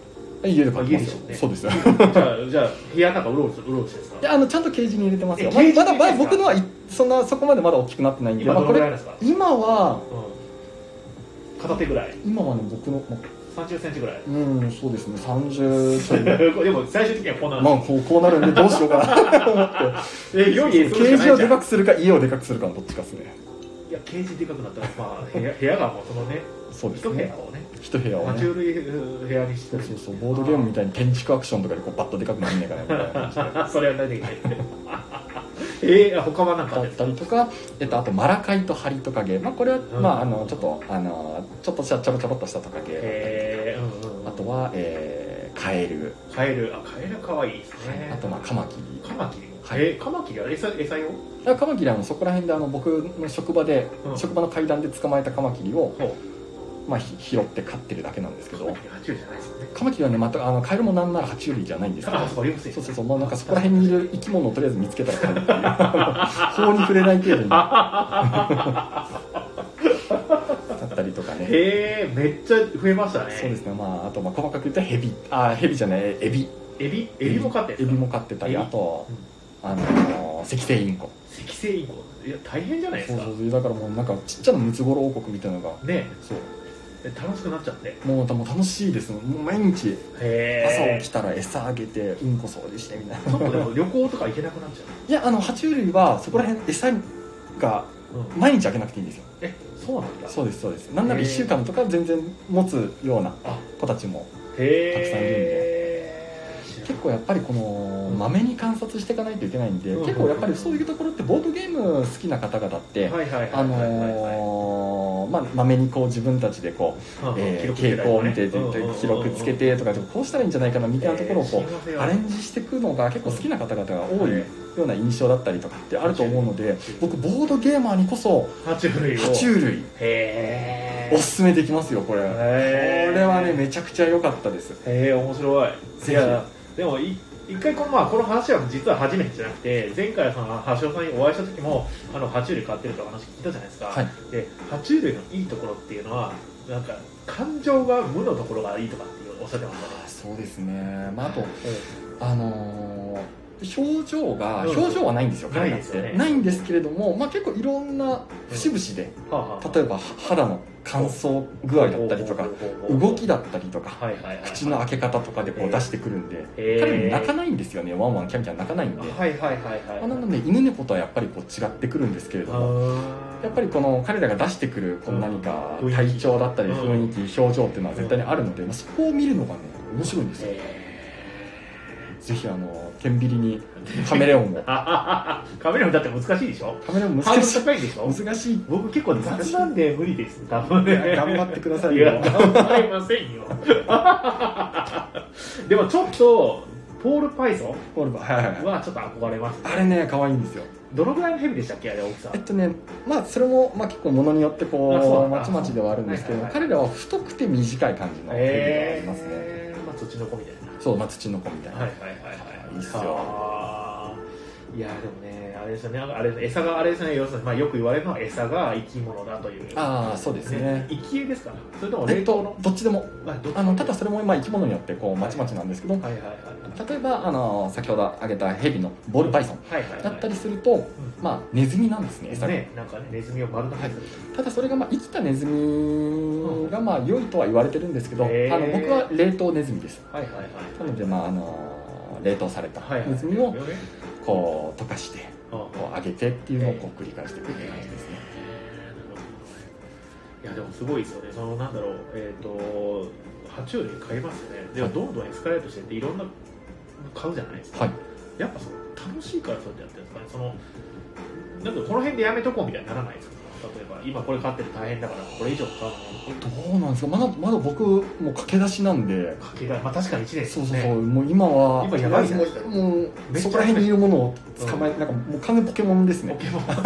家で買ってまあ家ですよすねよそうですよ じゃあじゃあ部屋の中うろうろうろうろしてですかであのちゃんとケージに入れてますよえまあケージまに入だれてまんだすか僕のはそんなそこまでまだ大きくなってないんで今まどあのこぐらいれなんですか、今はうん、片手ぐらい今はね僕のまあ3 0ンチぐらいうんそうですね30ちょいぐらい でも最終的にはこんなまあんですこうこうなるんでどうしようかなと思っ え良いて家ケそれしージかないをじゃでんかくするか家をでかくするかのどっちかですねいやケージでかくなったらまあ部屋部屋がもうそのねそうで一す部屋ねをね一部屋を爬ね虫類部屋にしてそうそうそうボードゲームみたいに建築アクションとかでこうバッとでかくなるんねえかなみたいな感じで あそれはないでいえー、他はなんかだあっるんですかたりとか、えっと、あとマラカイとハリトカゲ、まあ、これは、んまあ、あのちょっとあのちょっとしたちょろちょろっとしたトカゲえー、うんうんうんあとは、えーカエル、カエルあカエル可愛いですね、あとまあカマキリカマキリも、はいえーカマキリは餌餌用あカマキリはあのそこら辺であの僕の職場で、うん職場の階段で捕まえたカマキリを、ほまあ、ひ拾って飼ってるだけなんですけカマどキリ爬虫類じゃないですよねカマキリはねまたあのカエルもなんなら爬虫類じゃないんですけどあそうかよくせそうそうそう、まあ、なんかそこら辺にいる生き物をとりあえず見つけたら飼うっていう法に触れない程度にだったりとかねえー、めっちゃ増えましたねそうですね、まあ、あとまあ細かく言ったらヘビあヘビじゃないエビエビエビも飼ってるエんでビすかも飼ってたりエビあとうん、あのー赤星インコ赤星インコいや大変じゃないでそすうかそうそうだからもうなんかちっちゃなムツゴロウ王国みたいなのがねそうえ楽しくなっちゃってへもうもう楽しいですもう毎日朝え起きたら餌あげてうんこ掃除してみたいなちょっとでも旅行とか行けなくなっちゃいやあの爬虫類はそこら辺餌がう、うん、毎日あげなくていいんですよえそうなんだそうですそうですなんならへ1ー週間とか全然持つようなあ子たちもへえ結構やっぱりこのまめに観察していかないといけないんで、うん結構やっぱりそういうところってボードゲーム好きな方々って、はいはいはいあはいのーまあまめにこう自分たちでこう、はいえーうん傾向を見てうんうんうんうん記録つけてとかこうしたらいいんじゃないかなみたいなところをこえーうアレンジしていくのが結構好きな方々が多いような印象だったりとかってあると思うので僕ボードゲーマーにこそ爬虫類を爬虫類へえおすすめできますよこれ、へーこれはねめちゃくちゃ良かったですへえ面白いぜひいやでもい一回この,、まあ、この話は実は初めてじゃなくて前回その橋尾さんにお会いした時もあの爬虫類飼ってるってお話聞いたじゃないですか、はいで爬虫類のいいところっていうのはなんか感情が無のところがいいとかっていうおっしゃってましたねそうですね、まあ、あとあのー表情がうん表情はないんですよない彼らでっすよねてないんですけれども、まあ、結構いろんな節々ではあはあ例えばは肌の乾燥具合だったりとか動きだだったりとかはいはいはいはい口の開け方とかでこう出してくるんでえー彼も泣かないんですよねワンワンキャンキャン泣かないんではいはいはいはいまあなので犬猫とはやっぱりこう違ってくるんですけれどもやっぱりこの彼らが出してくるこの何かうん体調だったりうん雰囲気表情っていうのは絶対にあるので、まあ、そこを見るのがね面白いんですよぜひあの天秤にカメレオンもりカメラだって難しいでしょカメレオンハー難しいドル高いでしょ難しい僕結構雑なんで無理です多分ね頑張ってくださいいよや、頑張りませ んよ。でもちょっと、ポール・パイソオルバはいはいンはいはちょっと憧れます。あれね可愛いんですよどのぐらいのヘビでしたっけ、あれ、大きさえっ。とねまあそれも、まあ、結構ものによってあそうこなんうだまちまちではあるんですけど、はいはいはい彼らは太くて短い感じのヘビがありますね、えー、まあ、土の子みたいな。そう、まあ、土の子みたいな、はいはいはいはい。いいっすよあーいや、でもね、あれですよね、あれ、餌があれですね、要するに、まあ、よく言われるのは餌が生き物だという。ああそうですねね。生き餌ですかそれともえ冷っ凍のと、どっちでもまあどっちあのただそれもまあ生き物によってこうまちまちなんですけど、はいはいはい。例えばあの先ほど挙げたヘビのボールパイソンはいはいはい。だったりすると、まあ、ネズミなんですね餌が、ね、なんかね、ネズミを丸投げする。ただそれがまあ生きたネズミがまあ良いとは言われてるんですけど、へーあの僕は冷凍ネズミですはいはいはい。なので、まあ、あの冷凍されたはいはい、ネズミをこう溶かしてああこう揚げてっていうのをこう繰り返していくっていう感じですね、いやでもすごいですよねそのなんだろうえっ、と爬虫類買いますよねでもはいどんどんエスカレートしてっていろんな買うじゃないですか、はいやっぱその楽しいからそうやってやってるんですかねそのなんかこの辺でやめとこうみたいにならないですか例えば今これ買ってる大変だからこれ以上買うのもどうなんですかまだまだ僕もう駆け出しなんでかけがまあ確かに1年ですそねうそうそう、もう今は今やばいじゃないですかもうめっちゃそこら辺にいるものを捕まえて、なんかもう完全にポケモンですポねケモン手に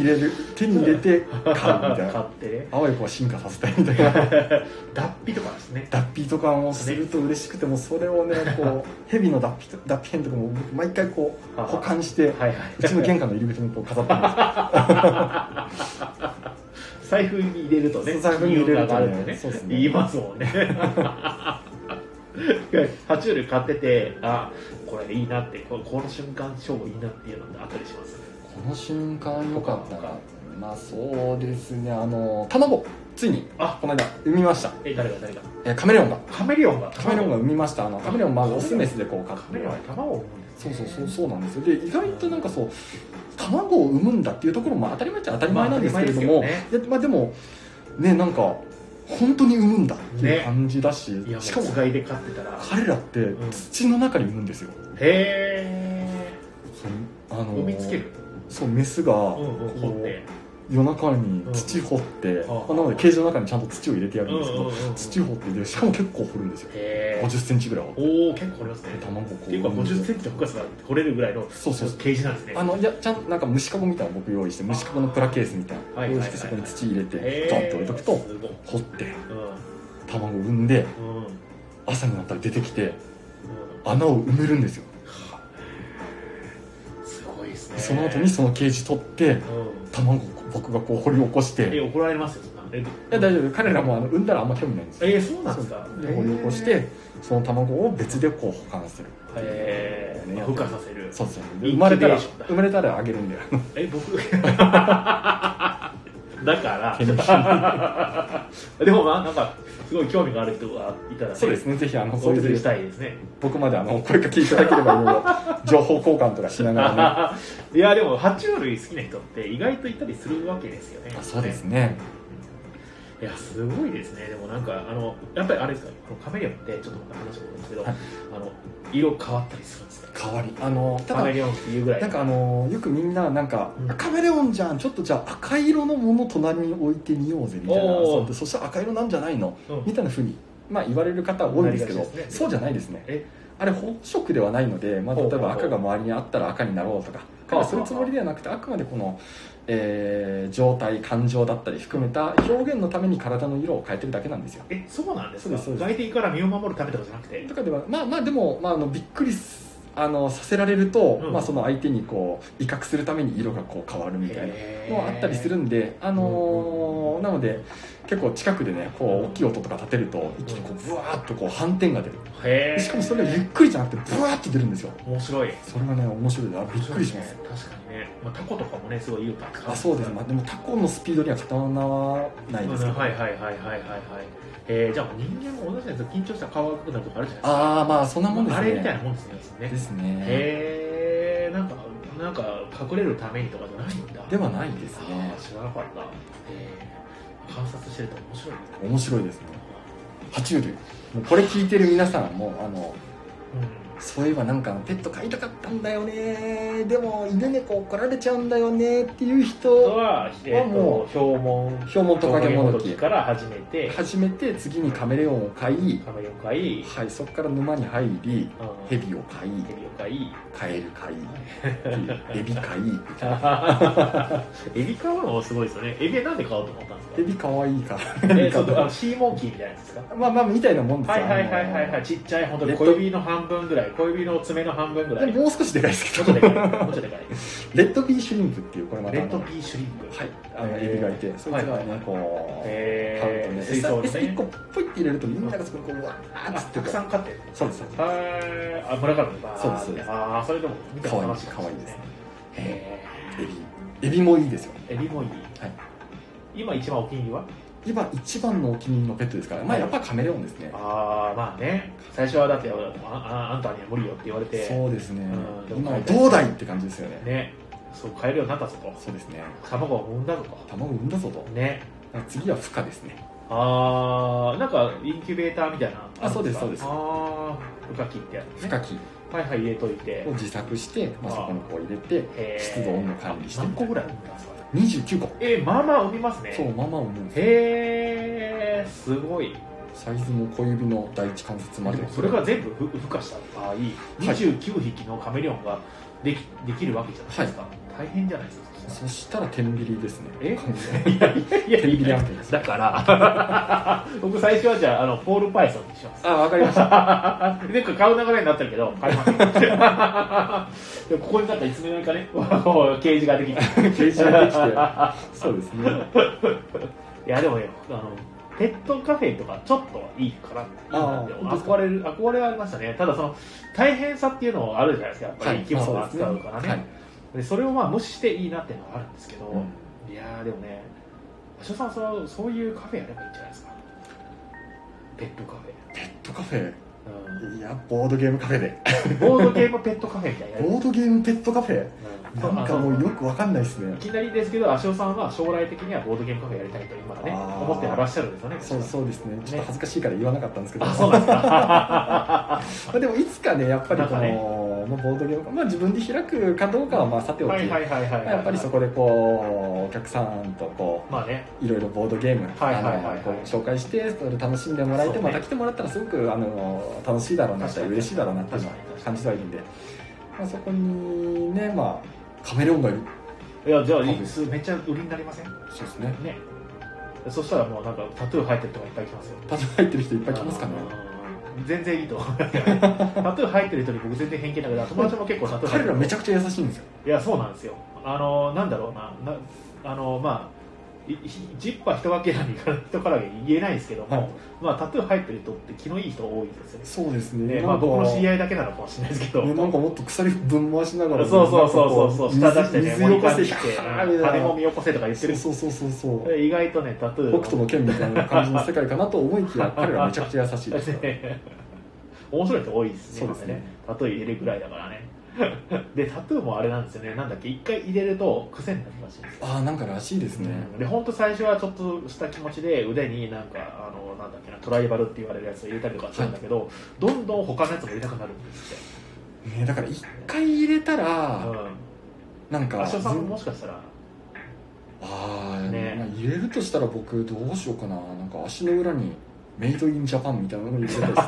入れる手に入れて 買うみたい買なってねあわよくは進化させたいみたいな脱皮とかですね脱皮とかもすると嬉しくてもうそれを ねこう蛇の脱皮と脱皮編とかも僕毎回こうあ保管してはいはいうちの玄関の入り口にこう飾ってま財布に入れるとねそう財布に入れ金るとね額が上がってそうですね言いますもん ね爬虫類買っててあこれいいなってここの瞬間勝負いいなっていうのってあったりしますすこの瞬間良かったなまあそうですねあの卵ついにあこの間産みましたえ誰が誰がえカメレオンがカメレオンがカメレオンが産みましたあのカメレオンまあオスメスでこう飼っカメてレオンは卵を産むんですそうねそうそうそうなんですよで意外となんかそう卵を産むんだっていうところも当たり前っちゃ当たり前なんですけれども、まあ当たり前でまあ、でもねなんか本当に産むんだっていう感じだし、いやもうしかもつがいで飼ってたらへ彼らってん土の中に産むんですよ、えそうあのー産みつけるそうメスが、うんうんこ掘ってう夜中に土掘って、んまあなのでケージの中にちゃんと土を入れてやるんですけど、うんうんうんうん土掘ってでしかも結構掘るんですよへ5え0ンチぐらいはおお結構掘りますね卵こうっていうか5 0ンチの深さが掘れるぐらいのそうそうケージなんですねあのいやちゃんとなんか虫かごみたいなの僕用意して虫かごのプラケースみたいなはいのはいは用いは意いしてそこに土入れてへドンーって置いとくとすごい掘ってうん卵産んでうんうん朝になったら出てきて穴を埋めるんですよすごいですねその後にそのケージ取ってうん卵を僕がこう掘り起こしてえい怒られますよそんなえいや大丈夫彼らもあの産んだらあんま興味ないんですよえそうなんですかで掘り起こしてその卵を別でこう保管するえー、孵化させるそうそうで生まれたインらキュベーションだ生まれたらあげるんだよえ 僕だから手に でもまあなんかすごい興味がある人がいたら、ね、そうですねぜひあのおそう譲いりうしたいですね僕まであの声かけいただければいろいろ情報交換とかしながらね いやでも爬虫類好きな人って意外といたりするわけですよねあそうですねいやすごいですね、でもなんか、あのやっぱりあれですか、このカメレオンって、ちょっとまた話戻るんですけど、はいあの色変わったりするんですね、変わりあのたカメだレオンっていうぐらい、なんかあのよくみんななんか、うんカメレオンじゃんちょっとじゃあ赤色のもの隣に置いてみようぜみたいなおーそうそしたら赤色なんじゃないのうんみたいなふうに、まあ、言われる方多いんですけどなりがちですねそうじゃないですねえあれ本色ではないので、まあ、例えほうほうばほう赤が周りにあったら赤になろうとかほうほうほうそういうつもりではなくてあくまでこの、えー状態感情だったり含めた表現のために体の色を変えてるだけなんですよえそうなんですそうか、ですそうです外敵から身を守るためとかじゃなくてと、かではまあまあでも、まあ、あのびっくりすあのさせられると、うんまあ、その相手にこう威嚇するために色がこう変わるみたいなへーのはあったりするんで、あのーなので結構近くでねこう大きい音とか立てると一気にこうブワーッとこう反転が出るへえしかもそれがゆっくりじゃなくてブワーッと出るんですよ面白いそれがね面白いなびっくりします確かにね、まあ、タコとかもねすごいいい歌ってあそうです、まあ、でもタコのスピードにはかなわないですけど、はいはいはいはいはいはい、えー、じゃあもう人間も同じですよ緊張したら顔が赤くなるとかあるじゃないですかああまあそんなもんですあねれみたいなもんですねですねですねへえー、なんかなんか隠れるためにとかじゃないんだではないんですねあー知らなかったえー、観察してると面白いですね面白いですね爬虫類もうこれ聞いてる皆さんもあのうんそういえばなんかあのペット飼いたかったんだよねでも犬猫怒られちゃうんだよねっていうあと人は、えー、もと標文ヒョウモントカゲモドトカゲキモから始めて始めて次にカメレオンを飼い、カメレオン飼いはい、そこから沼に入りうんヘビを飼ヘいビを飼いカエル飼いエビ飼いエビ買うのもすごいですよね。エビはなんで買おうと思ったんですかエ。ビ可愛いからえー、そうあのシーモンキーみたいなやつですか。まあまあみたいなもんですはいよはいはいはいはい。ちっちゃい本当に小指の半分ぐらい、小指の爪の半分ぐあらのい。でもももう少しでかいですうけちょどいでかい。もうちょいでかい。レッドビーシュリンプっていうこれまたレあッドのピーシュリンプ。はいあのエビがいてそいつらはねこう買うとえねー、水餌槽に餌1個ね。ポイって入れるとみんながそこにこううわーっつあっ、てたくさんん飼ってる。そうですそうですはい。あ、村からね。バーってそうですそうですああ、それでも見ても楽しいかわいいですねへエビエビもいいですよーエビもいい。はい。今一番お気に入りは今一番のお気に入りのペットですからまあやっぱカメレオンですねああ、まあね。最初はだって、あああんたには無理よって言われて。そうですねうんでも飼今いたいどうだいって感じですよねねそう買えるようになったぞとそうですね卵を産んだぞと卵産んだぞとね次は孵化ですねあーなんかインキュベーターみたいなあそうですそうですああ孵化器ってやつ孵ね化器はいはい入れといてを自作して、まあ、あそこにこう入れてへー湿度温度管理して何個ぐらい産んだんですか29個えまあまあ産みますねそうママを産むんですよへえすごいサイズも小指の第一関節まででもそれが全部ふ孵化した場合29匹のカメレオンができできるわけじゃないですか、大変じゃないですかそしたら天秤ですねえ完全にいや いやいや天秤案件です だから 僕最初はじゃああのポール・パイソンにしますあわかりましたで買う流れになってるけど買いません でもここになったらいつの間にかね ケージができたい形状ができてそうですねやでもねあのペットカフェとかちょっとはいいからいいなってあー本当ですか憧れる憧れはありましたねただその大変さっていうのもあるじゃないですかやっぱり生き物を扱うからね,、はいでそれをまあ無視していいなっていうのはあるんですけど、そうですねいやーでもね場所さんそのそういうカフェやればいいんじゃないですかペットカフペットカフェェ、いやボードゲームカフェでうん、ボードゲームペットカフェみたいなやつボードゲームペットカフェうんなんかもうよくわかんないですねいきなりですけど、足尾さんは将来的にはボードゲームカフェやりたいと今はね、あー思ってらっしゃるんですよね。そうそうですねちょっと恥ずかしいから言わなかったんですけど、あ、そうなんですか。 まあでもいつかねやっぱりこなの、んかねまあ、ボードゲーム、まあ、自分で開くかどうかはまあさておき、はいはいはいはい。やっぱりそこでこうお客さんとこまあね、ういろいろボードゲーム、はいはいはいはいあのこう紹介してそれ楽しんでもらえて、そうねまた来てもらったらすごくあの楽しいだろうな確かに嬉しいだろうなっていうのは確かに感じてはいるんで、まあ、そこにねまあカメレオンがいるいや、じゃあ、カフェいつめっちゃ売りになりませんね。そうですねそしたらもうなんかタトゥー入ってるとかいっぱい来ますよ。パズル入ってる人いっぱい来ますかねうん全然いいと思 いますよねタトゥー入ってる人に僕全然偏見だけど、友達も結構タトゥー入っ彼てる。らめちゃくちゃ優しいんですよいや、そうなんですよ。あの、なんだろうな、なあの、まあ、いひジッパー人分けなんに人からは言えないですけども、はいまあ、タトゥー入ってる人って気のいい人多いですよね。そうですねねまあ、僕の知り合いだけなのかもしれないですけど、ねなんかもっと鎖ぶん回しながらそうそうそうそうそう、な下んかこ出してね、水水よこせきて、ひゃーみた羽いなも見よこせとか言ってるそうそうそうそうそう意外とね、タトゥー北斗の剣みたいな感じの世界かなと思いきや彼らめちゃくちゃ優しいですよ ね面白い人多いですね、そうですね今タトゥー入れるぐらいだからね。 で、タトゥーもあれなんですよね、なんだっけ、一回入れると癖になるらしいんですよああなんからしいですね、で本当最初はちょっとした気持ちで腕になんかあのなんだっけなトライバルって言われるやつを入れたりとかするんだけど、どんどん他のやつも入れたくなるんですって、ねだから一回入れたら、うなんかん、足尾さんももずしかしたらああ、ねまあ入れるとしたら僕どうしようかななんか足の裏にメイドインジャパンみたいなの入 れてたいですね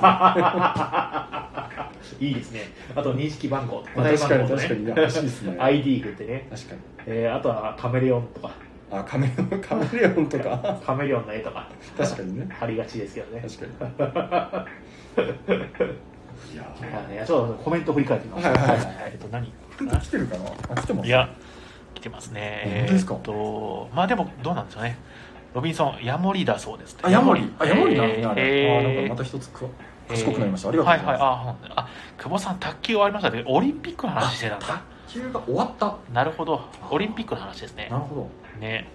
いいですねあと認識番号個まあ体確か番に号確かねにいや欲しいで すね確 ID 振ってね、かにえーあとはカメレオンとかあカメ レオンカメレオンとか カメレオンの絵とか確かにねありがちですけどね確か にいやいーやいやちょっとコメント振り返ってみましょうはいはいえっと何本当来てるかなあ来てますいや、来てますね。本当ですかえーっと、まあでもどうなんでしょうね。ロビンソンヤモリだそうですねあヤモリあヤモリなんえだーあれ、あーなんかまた一つくわ賢くなりましたありがとうございますははいはいああ久保さん卓球終わりましたねオリンピックの話してたんだ卓球が終わったなるほどオリンピックの話ですねなるほどね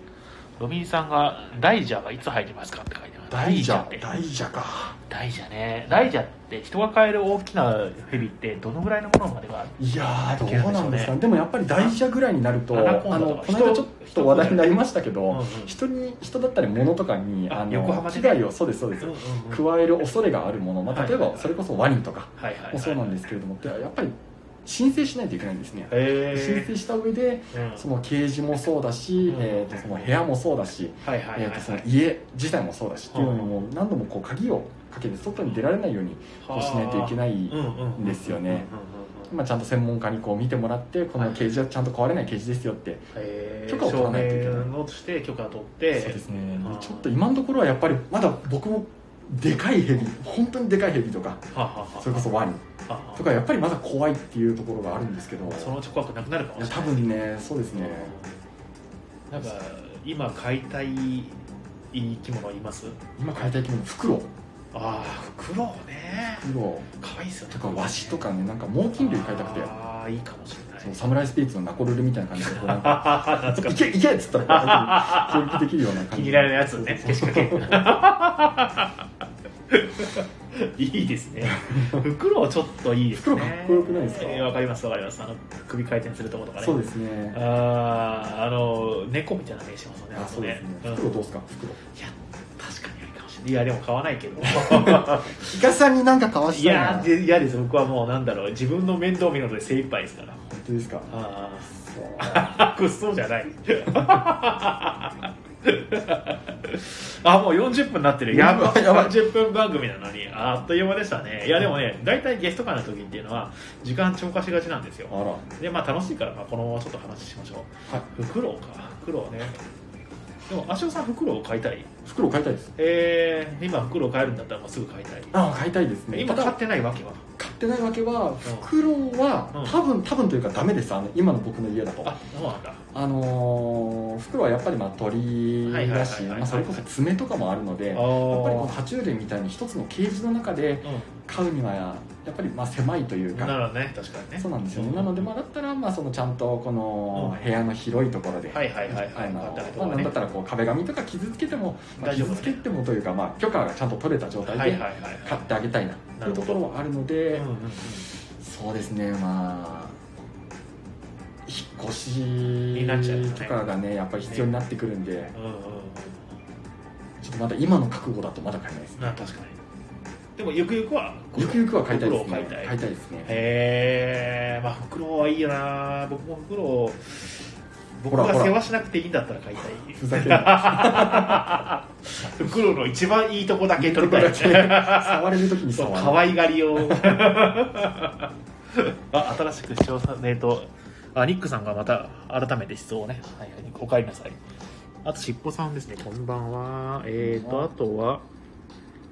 ロビンさんが「大蛇がいつ入りますか?」って書いてます大蛇って大蛇か大蛇ね大蛇って人が飼える大きな蛇ってどのぐらいのものまでがあるいやーどうなんで卓球なんですかしょうねでもやっぱり大蛇ぐらいになるとアナコンダあのとかこの間ちょっと話題になりましたけうんうどん人に人だったり物とかにああの横浜で危ね害をそうですそうですうんうんうん加える恐れがあるもの、まあ、例えばそれこそワニとかはいはいはいもそうなんですけれども、ではやっぱり申請しないといけないんですね、へ申請した上で、えうんそのケージもそうだし、うんえー、とその部屋もそうだし、はいはいはいえはー、いとその家自体もそうだしっていうのにも、何度もこう鍵をかけて、外に出られないようにこうしないといけない、いんですよねうんうんうんまあ、ちゃんと専門家にこう見てもらって、このケージはちゃんと壊れないケージですよって、えー許可を取らないといけない証明をして許可を取っそてうですねうん、ちょっと今のところはやっぱり、まだ僕もでかいヘビ、本当にでかいヘビとか、はあはあはあそれこそワニはあはあとか、やっぱりまだ怖いっていうところがあるんですけど。そのうち怖くなくなるかいもやしれ多ない分ねそうですねなんか今買いたい生き物います今買いたい気分フクロウああフクロウねフクロ可愛いですよウねとかワシとかねなんか猛禽類買いたくてああいいかもしれないそうサムライスピリッツのナコルルみたいな感じでこうな んかああ懐かいしいけいけっつったらこう攻撃できるような感気じに入られるやつねそうそうそう いいですねフクロウちょっといいですねフクロウかっこよくないですかえーわかりますわかりますあの首回転するとことかねそ うですねあーあの猫みたいな目してますよねあそうですねあフとうんクロウいどうですかフクロウや確かにありかもしれないいやでも買わないけ どヒカさんになんか買わいしたいなやーで嫌です僕はもうなんだろう自分の面倒見るので精一杯ですから本当ですかあそうあくっそうじゃない あもう40分になってるやばいやばい40分番組なのにあっという間でしたねいやでもね大体ゲスト会の時っていうのは時間超過しがちなんですよあらはでまあ楽しいから、まあ、このままちょっと話しましょいうフクロウかフクロウねでも足尾さんフクロウを飼いたいフクロウ買いたいですえー、今フクロウ飼えるんだったらもうすぐ飼いたいああ買いたいですね今た飼っだてないわけは買ってないわけはフクロウはうん多分多分というかダメですあの今の僕の家だとあそうなんだあのー、袋はやっぱりまあ鳥だしはいはいはいはいまあそれこそ爪とかもあるのでやっぱりこのあ爬虫類みたいに一つのケージの中であ、うん飼うにはやっぱりまあ狭いというなかるほどね確かにねそうなんですよねなのでまあだったらまあそのちゃんとこのうん部屋の広いところで。はいはいはいはあいの買ったりとまあかねなんだったらこう壁紙とか傷つけても、まあ大丈夫傷つけてもというか、まあ、許可がちゃんと取れた状態はいはでいはい買ってあげたいななといるうほとどころはあるので、うんうんうんそうですねまあ引っ越になっちゃうよねしとかがねやっぱり必要になってくるんで、うんうんちょっとまだ今の覚悟だとまだ買えないですうんな確かにでもゆくゆくはゆくゆくは買いたいです袋をね買いたい買いたいですねへえまあフクロウはいいよな僕もフクロウを僕ほらほがら世話しなくていいんだったら買いたいふざけんなフクロウの一番いいとこだけ取りたい触れる時にそう触る可愛がり をあ新しく視聴さえっとあニックさんがまた改めて質問をね、はいはい、おかえりなさいあとしっぽさんですねこんばんはえっ、ー、とあとは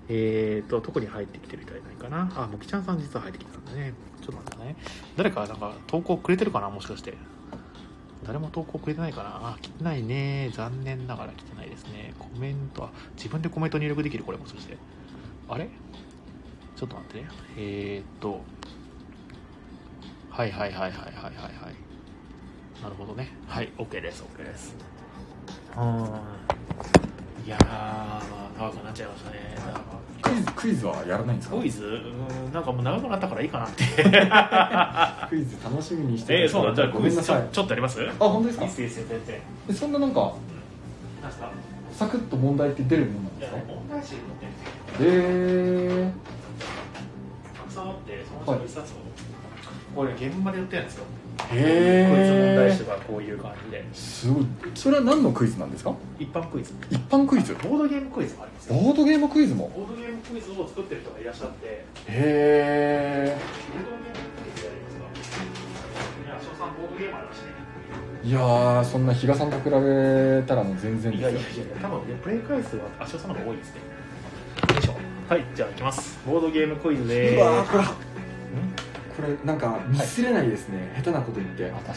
えっ、ー、と特に入ってきてる人はいないかなあもきちゃんさん実は入ってきてたんだねちょっと待ってね誰かなんか投稿くれてるかなもしかして誰も投稿くれてないかなあ来てないね残念ながら来てないですねコメントあ自分でコメント入力できるこれもしかしてあれちょっと待ってね。えー、っと。はいはいはいはいはいはいはい。なるほどね。はい、OK です、OK です。うーん。いやー、まあ、長くなっちゃいましたね。だからクイズクイズはやらないんですかクイズうーん、なんかもう長くなったからいいかなって。クイズ楽しみにし てえー、そうなんだ。じゃあごクめイんズなちょさいちょっとやりますいいっあ本当ですかすよ、いいっすよ、全然。えそんななんか何すかサクッと問題って出るもんなんいでや、すかへ問題集持ってるんですよ。えたくさんあって、そのうちの一冊を。これ、現場でやってるんですよ。へクイズ問題集えがこういう感じで。すごいそれは何のクイズなんですか一般クイズ。一般クイズボードゲームクイズもありますよボードゲームクイズもボードゲームクイズを作ってる人がいらっしゃってへボードゲームクイズやりますかいや翔さんボードゲーマーだしねえいやーそんな比嘉さんと比べたらもう全然いやでいすやよいや多分ねプレイ回数はあ翔さんの方が多いですねよいしょはいじゃあいきますボードゲームクイズでうわーーこれこれなんかミスれないですね、下手なこと言って確か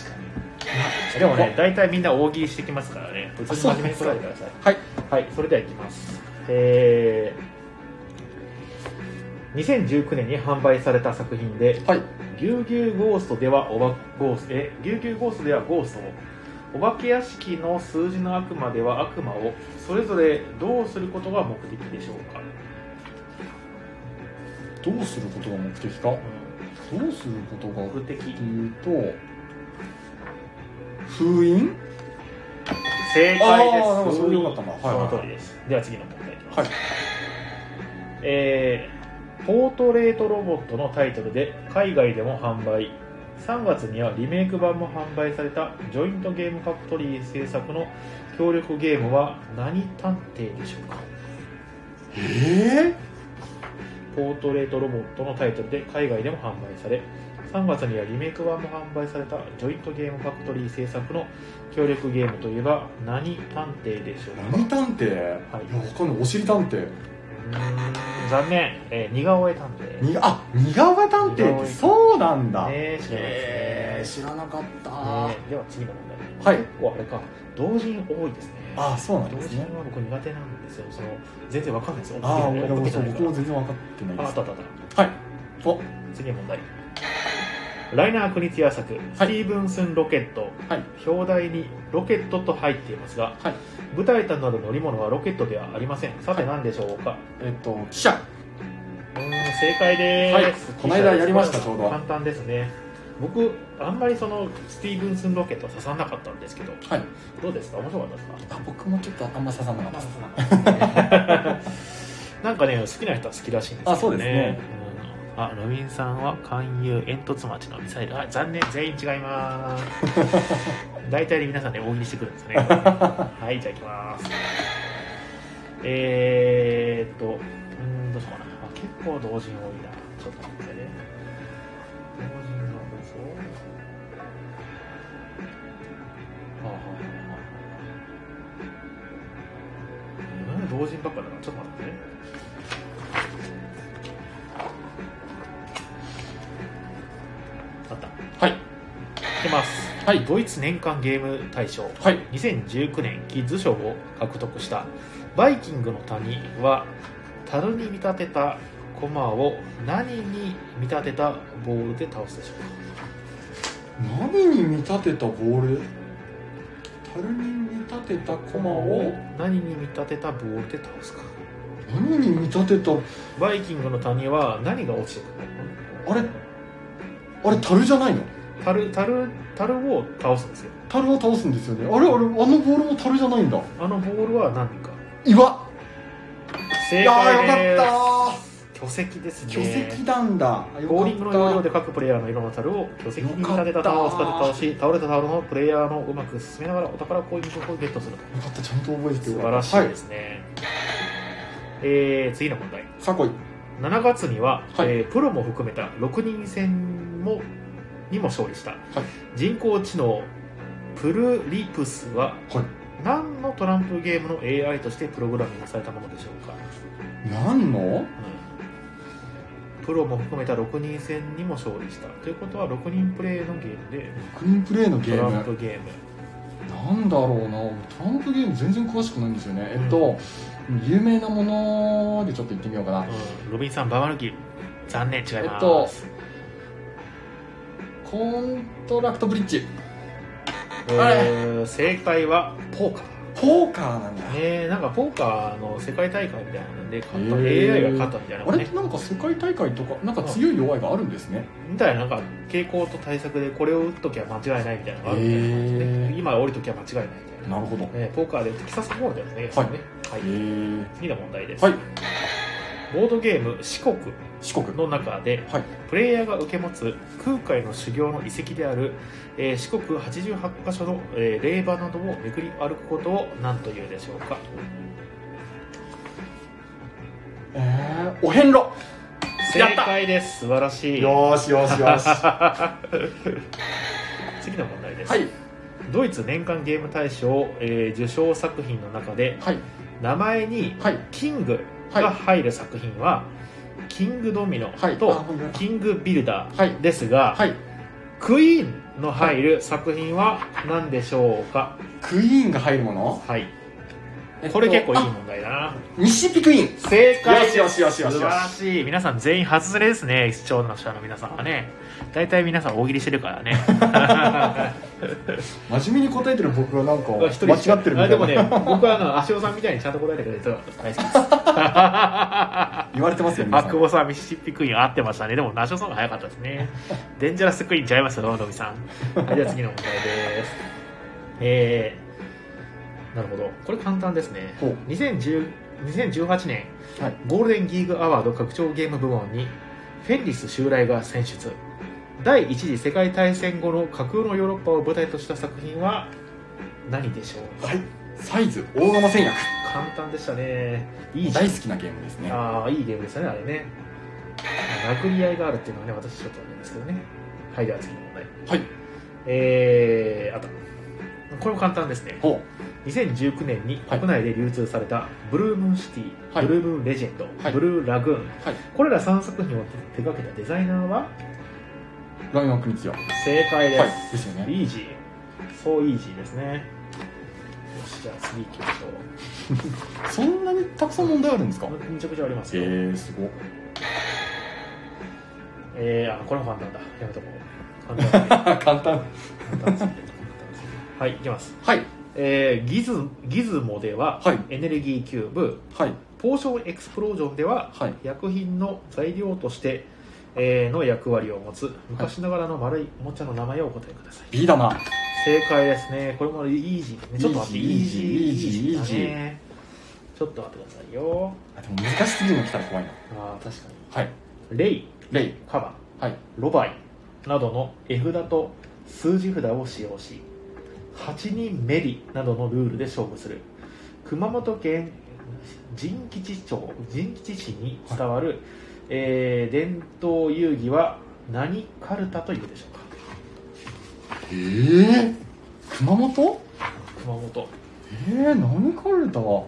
にでもね大体みんな大喜利してきますからね普通に真面目に答えてくださいはいはい、それではいきます。えー2019年に販売された作品で、はいぎゅうぎゅうゴーストではおばゴーストえぎゅうぎゅうゴーストではゴーストをお化け屋敷の数字の悪魔では悪魔をそれぞれどうすることが目的でしょうか、どうすることが目的かどううすることがん、目的っていうと封印正解ですあーなんかそれでよかったなそはいの通りです、では次の問題いきます、はいえーポートレートロボットのタイトルで海外でも販売3月にはリメイク版も販売されたジョイントゲームファクトリー制作の協力ゲームは何探偵でしょうかえポートレートロボットのタイトルで海外でも販売され3月にはリメイク版も販売されたジョイントゲームファクトリー制作の協力ゲームといえば何探偵でしょうえか何探偵、はいい、やわかんないお尻探偵うーん残念、えー似顔絵探偵にあ似顔絵探偵ってそうなんだねえ知らないえでーすね知らなかった、ねえでは次の問題はい結構あれか同人多いですねあそうなん同です人ねは僕苦手なんですよその全然わかんないですよああ追っ俺かもけてそうない僕からも全然分かってないああでっすたあったあったはいお次の問題ライナー・クニツィア作、スティーブンスン・ロケット、はい表題にロケットと入っていますが、はい舞台となる乗り物はロケットではありませんさて何でしょうか、えっと記者うーん正解です、はいこの間やりましたちょうど簡単ですね僕あんまりそのスティーブンスンロケットは刺さんなかったんですけどはいどうですか面白かったですかあ僕もちょっとあんま刺さなかったですなんかね好きな人は好きらしいんですけどねあそうですね、うんあロビンさんは勧誘煙突町のミサイルあ残念全員違います 大体皆さんね大喜利してくるんですねはいじゃあいきますえー、っとうーんどうしようかなあ結構同人多いなちょっと待ってね同人の放送はあはあはあはあなんで同人ばっかだなちょっと待ってねあったはいいきますはいドイツ年間ゲーム大賞はい2019年キッズ賞を獲得した「バイキングの谷」は樽に見立てた駒を何に見立てたボールで倒すでしょう何に見立てたボール樽に見立てたか駒を何に見立てたボールで倒すか何に見立てたバイキングの谷は何が落ちてくるのあれあれ樽じゃないの樽樽樽を倒すんですよ樽を倒すんですよねあれあれあのボールも樽じゃないんだあのボールは何か岩正いや解ーでよすかっ巨石ですたね巨石なんだよかったボーリングの要領で各プレイヤーの色の樽を巨石に見立てた玉を使って倒し倒れたタオルのプレイヤーのうまく進めながらお宝コインをゲットするとよかったちゃんと覚えてて素よ晴かっらたしいですね、えー次の問題はいサコイ7月には、はいえープロも含めた6人戦もにも勝利した、人工知能プルリプスははい何のトランプゲームの AI としてプログラミングされたものでしょうか何のプロも含めた6人戦にも勝利したということは6人プレイのゲームでクリーンプレイのゲトーランムプゲームなんだろうなトランプゲーム全然詳しくないんですよねえっと有名なものでちょっと言ってみようかなうんロビンさんババ抜き残念違います、えっとコントラクトブリッジえー正解はポーカーポーカーなんだねえなんかポーカーの世界大会みたいなので勝った、へー AI が勝ったみたいなのがあれねってなんか世界大会とかなんか強い弱いがあるんですねみたいななんか傾向と対策でこれを打っときゃ間違いないみたいなのがあるみたいな感じで、へー今降りときゃ間違いないみたいな、なるほどへねポーカーでテキサスホールですね、そうねはいえ次の問題です、はいボードゲーム「四国」四国の中で、はいプレイヤーが受け持つ空海の修行の遺跡である、えー四国88カ所の、えー霊場などを巡り歩くことを何というでしょうかえー、お遍路やっ正た解です素晴らしいよーしよーしよーし は次の問題です、いドイツ年間ゲーム大賞、えー受賞作品の中ではい名前にはい「キング」はいが入る作品は、キングドミノはいあともう言わなキングビルダはいーですが、はいクイーンの入る作品は何でしょうか、クイーンが入るものはい。ええっとこれ結構いい問題だな西ピクイン正解よしよしよしよし素晴らしい皆さん全員外れですね視聴者の皆さんはね大体皆さん大喜利してるからね真面目に答えてる僕がなんか 間違一人しかってるみたいなあでもね僕はあの足尾さんみたいにちゃんと答えてくれてる人が大好きです言われてますよ 皆あさん久保さんミシシッピクイーン合ってましたねでもナショさんが早かったですねデンジャラスクイーンちゃいますよロードミさん、はい、じゃあ次の問題ですえー、なるほどこれ簡単ですねほう2010 2018年、はいゴールデンギーグアワード拡張ゲーム部門にフェンリス襲来が選出第一次世界大戦後の架空のヨーロッパを舞台とした作品は何でしょうはいサイズ大釜戦略簡単でしたねいい大好きなゲームですねああいいゲームですねあれね殴り合いがあるっていうのはね私ちょっとあるんですけどねはいでは次の問題はいえー、あとこれも簡単ですねほ2019年に国内で流通されたブルームーンシティ、はいブルームーンレジェンド、はいブルーラグーンうはいこれら3作品を手掛けたデザイナーはライオン国ツヤは正解いです、ですよねイージーそうイージーですねよしじゃあ次行きましそんなにたくさん問題あるんですかょうめちゃくちゃありますえよ、ー、すごっえーあこれも簡単だやめとこう簡単だあ 簡単はい、いきます。はいえー、ギズギズモでは、はいエネルギーキューブ、はいポーションエクスプロージョンでは、はい薬品の材料として、えーの役割を持つ、昔ながらの丸いおもちゃの名前をお答えください。ビー玉正解ですね。これもイージーですね。ちょっと待って、イージイーージーイージーイージーだね。ちょっと待ってくださいよ。あでも難しすぎるの来たら怖いなあー確かはいに。レイ、レイカバ、はいロバイなどの絵札と数字札を使用し8人メリなどのルールで勝負する熊本県人吉町人吉市に伝わる、えー伝統遊戯は何カルタというでしょうえー、熊本か熊本えー、何カルタは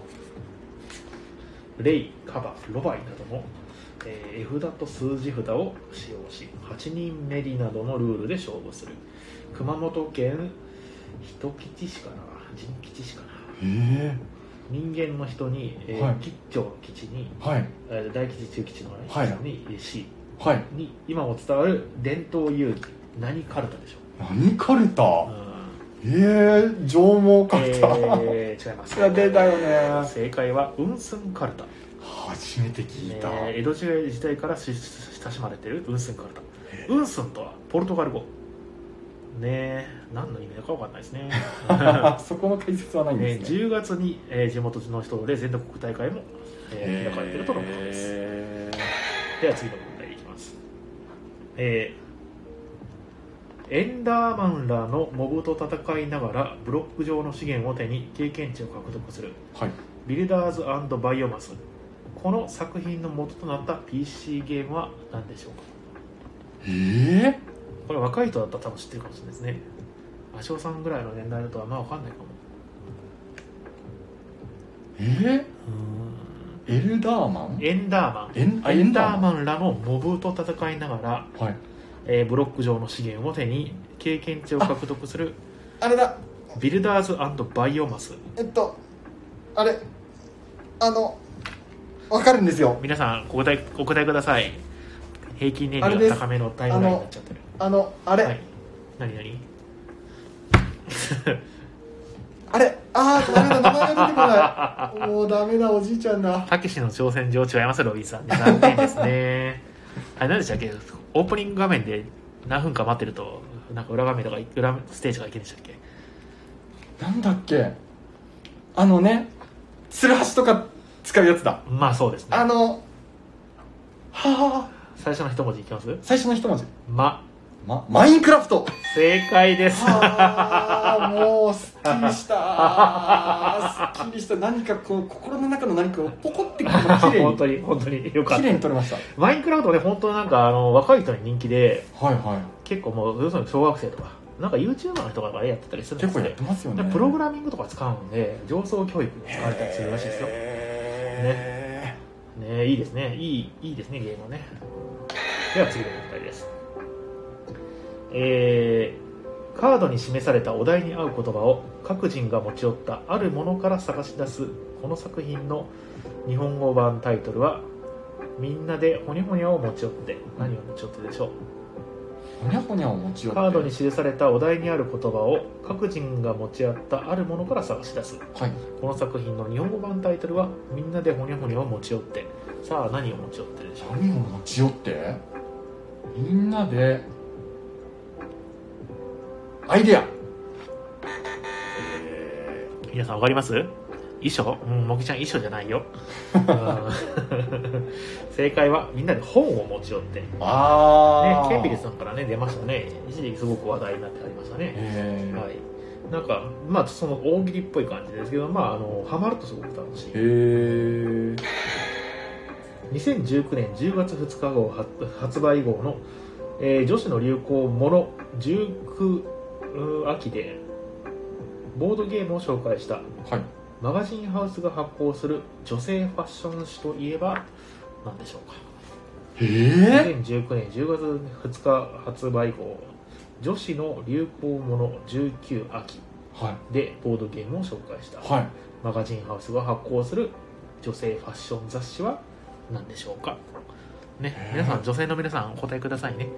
レイカバロバイなどの、えー絵札と数字札を使用し8人メリなどのルールで勝負する熊本県人吉市かな人吉市かなえ人間の人に、えーはい吉兆の吉に、ー、はいえー大吉中吉のねはい人に、えー死はいに今も伝わる伝統遊戯何カルタでしょ何カルタう、うんえー、縄文カルタ、えー違いますいや出たよね正解はウンスンカルタ、初めて聞いた、えー江戸時代時代からし親しまれているウンスンカルタウンスンとはポルトガル語ねえ何の意味だか分かんないです ねそこの解説はないんえーですね、 10月に、えー地元の人で全国大会も、えー開かれているとのことです、えでは次の問題いきますえーエンダーマンらのモブと戦いながらブロック上の資源を手に経験値を獲得するーはいビルダーズバイオマスこの作品の元となった PC ゲームは何でしょうかえー、これ若い人だったら多分知ってるかもしれないですね足尾さんぐらいの年代だとあんま分かんないかもえー、エルダーマンエンダーマエンンエンダーマンらのモブと戦いながら、はいえーブロック上の資源を手に経験値を獲得するあれだビルダーズバイオマスえっとあれあのわかるんですよ皆さんお答えお答えください平均年齢が高めのタイムラインになっちゃってるあのあれ、はい何何あれあーダメだ名前が出てこないもうダメだおじいちゃんだたけしの挑戦状違いますロビンさんね残念ですね あれ何でしたっけオープニング画面で何分か待ってるとなんか裏画面とか裏ステージがいけるんでしたっけなんだっけあのねツルハシとか使うやつだまあそうですあねのはあ最初の一文字いきます最初の一文字まま、マインクラフト正解ですはあもうすっきりしたすっきりした何かこう心の中の何かをポコってこう 綺麗 本に当に本当によかっ綺た麗に撮れましたマインクラフトね本当なんかあの若い人に人気ではいは結構もう要するに小学生とかなんか YouTuber の人とかがやってたりするいんです結って構やってますよねでプログラミングとか使うんで上層教育に使われたりするらしいですよねへいいですねいいいいですねゲームはねでは次の問題ですえーカードに示されたお題に合う言葉を各人が持ち寄ったあるものから探し出すこの作品の日本語版タイトルは「みんなでほにゃほにゃを持ち寄って」何を持ち寄ってでしょうほにゃほにゃを持ち寄ってカードに記されたお題にある言葉を各人が持ち合ったあるものから探し出すはいこの作品の日本語版タイトルは「みんなでほにゃほにゃを持ち寄って」さあ何を持ち寄ってでしょ何を持ち寄ってみんなでアイデアえう皆さんわかります衣装うんもきちゃん衣装じゃないようん 正解はみんなで本を持ち寄ってねー、ああ、ケンビルさんからね出ましたね一時期すごく話題になってありましたねえーはいなんかまあその大喜利っぽい感じですけどまああのハマるとすごく楽しいえー、 2019年10月2日号発発売号の、えー女子の流行もの19うー秋でボードゲームを紹介したはいマガジンハウスが発行する女性ファッション誌といえば何でしょうかえ2019年10月2日発売号女子の流行もの19秋ー、はいでボードゲームを紹介したはいマガジンハウスが発行する女性ファッション雑誌は何でしょうかねえー皆さん女性の皆さんお答えくださいね、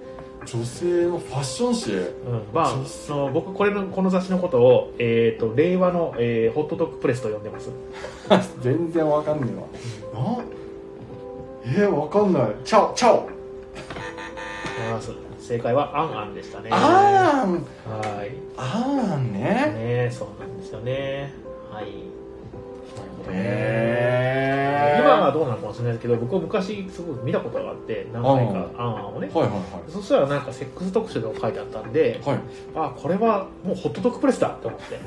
女性のファッション誌うん、まあ女性その僕これのこの雑誌のことを、えー、と令和の、えーホットドッグプレスと呼んでます 全然わかんねえわなえー、わかんないチャオチャオ思います正解は「あんあん」でしたねあーんはいあーんねねそうなんですよねはいなるほどねえー、今はどうなのかもしれないですけど僕は昔すごく見たことがあって何回か「あんあん」をねはいはいそしたらなんかセックス特集が書いてあったんではいはいあこれはもうホットドッグプレスだって思って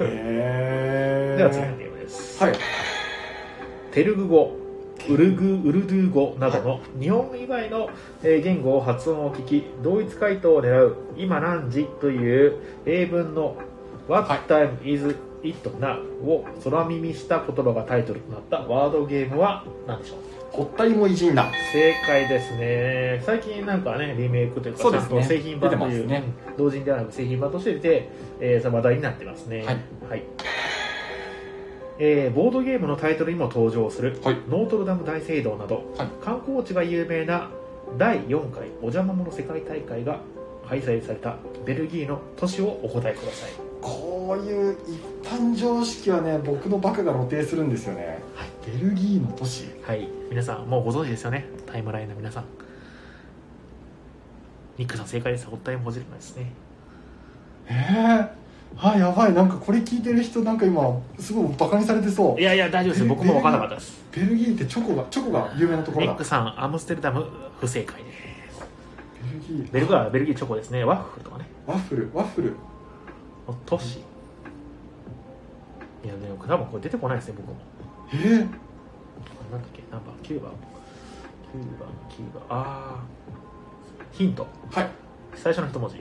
えー、では次のゲームです、はいテルグ語ウルグウルドゥー語などの日本以外のえー言語を発音を聞き同一回答を狙う「今何時」という英文の「What はい time is it now」を空耳した言葉がタイトルとなったワードゲームは何でしょうほったりも偉人だ正解ですね最近なんかねリメイクというかそうですねちゃんと製品版とい出う、てますねうん同人ではなく製品版として出て、えーさ話題になってますねはい、えーボードゲームのタイトルにも登場する、はいノートルダム大聖堂など、はい観光地が有名な第4回お邪魔者世界大会が開催されたベルギーの都市をお答えくださいこういう一般常識はね僕のバカが露呈するんですよね、はいベルギーの都市はい皆さんもうご存知ですよねタイムラインの皆さんニックさん正解ですおったいもほじるないですねえー、あやばいなんかこれ聞いてる人なんか今すごいバカにされてそういやいや大丈夫です僕も分からなかったですベルギーってチョコがチョコが有名なところニだックさんアムステルダム不正解ですベルギーベルギーはベルギーチョコですねワッフルとかねワッフルワッフル都市いやでも多分これ出てこないですね僕もえー、なんだっけナンバー9番9番9番あーヒントはい最初の一文字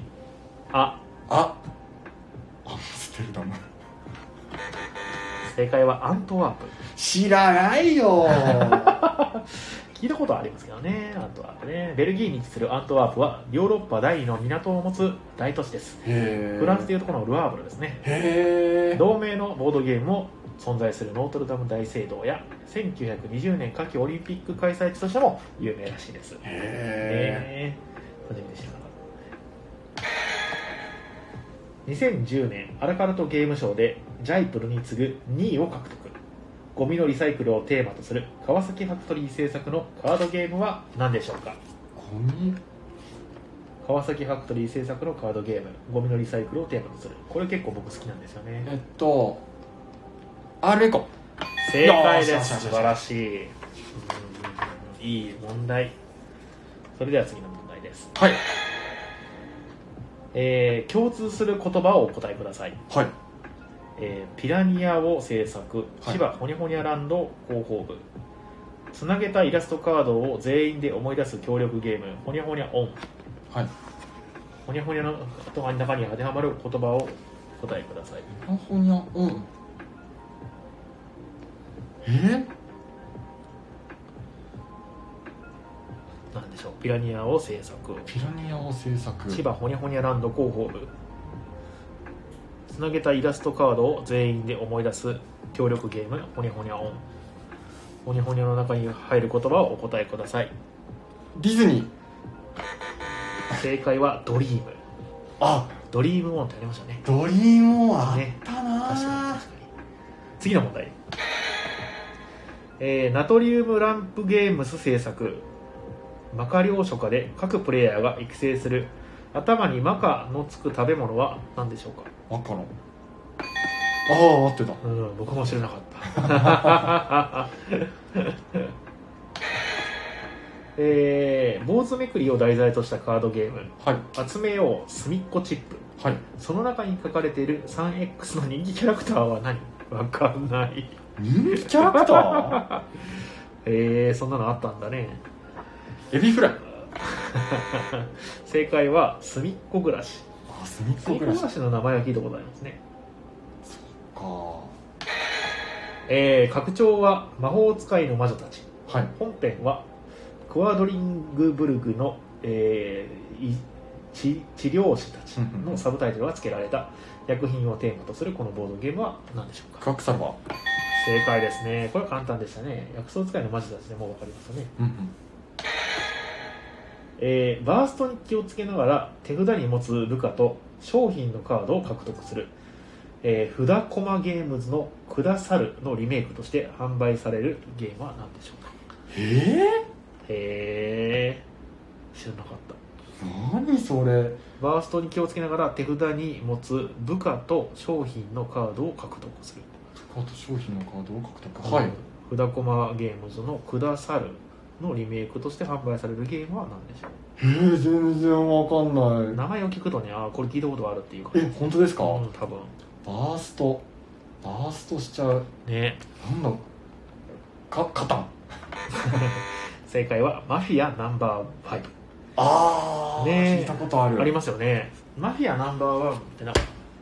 ああアムステルダム正解はアントワープ知らないよ聞いたことはありますけどねアントワープねベルギーに位置するアントワープはヨーロッパ第二の港を持つ大都市です へえフランスでいうとこのルアーブルですねへえ同盟のボードゲームも存在するノートルダム大聖堂や1920年夏季オリンピック開催地としても有名らしいですへええー初めて知らなかった2010年アラカルトゲームショーでジャイプルに次ぐ2位を獲得ゴミのリサイクルをテーマとする川崎ファクトリー制作のカードゲームは何でしょうかゴミ川崎ファクトリー制作のカードゲームゴミのリサイクルをテーマとするこれ結構僕好きなんですよねえっとアルエコ正解でよすしよしよし素晴らしいうんいい問題それでは次の問題です、はいえー共通する言葉をお答えください、はいえーピラニアを制作は千い葉ホニャホニャランド広報部、つなげたイラストカードを全員で思い出す協力ゲームホニャホニャオンはいホニャホニャの言葉の中に当てはまる言葉をお答えくださいほにゃほにゃうんえ何でしょうピラニアを制作ピラニアを制作千葉ほにゃほにゃランド広報部つなげたイラストカードを全員で思い出す協力ゲームほにゃほにゃオンほにゃほにゃの中に入る言葉をお答えくださいディズニー正解はドリームあドリームオンってありましたねドリームオンあった確かにな、確かに次の問題えーナトリウムランプゲームス制作マカ領書家で各プレイヤーが育成する頭にマカのつく食べ物は何でしょうかマカロンああ合ってたうん僕も知らなかった えー坊主めくりを題材としたカードゲームはい集めようすみっこチップはいその中に書かれている 3X の人気キャラクターは何わかんない人気キャラクター えー、そんなのあったんだね エビフライ正解はすみっこ暮らしあすみっすみこっこ暮暮らしからしの名前は聞いたことありますねはえー、拡張は魔法使いの魔女たちい本編はクワドリングブルグの、えーい治治療師たちのサブタイトルが付けられた薬品をテーマとするこのボードゲームは何でしょうクかワクサルバー正解ですねこれは簡単でしたね薬草使いの魔女たちでもう分かりましたね、うんうんえーバーストに気をつけながら手札に持つ部下と商品のカードを獲得する、えー、札駒ゲームズの「くださる」のリメイクとして販売されるゲームは何でしょうかえへえ知らなかったー、何それバーストに気をつけながら手札に持つ部下と商品のカードを獲得するカート商品のカードを獲得はい札駒ゲームズの「くださる」のリメイクとして販売されるゲームは何でしょうえー、全然わかんない名前を聞くとねああこれ聞いたことあるっていうかえ本当ですか、うん多分バーストバーストしちゃうねなんだかカタン正解はマフィアナンバーファイブあーねえ聞いたことあるありますよねマフィアナンバーワンってなんか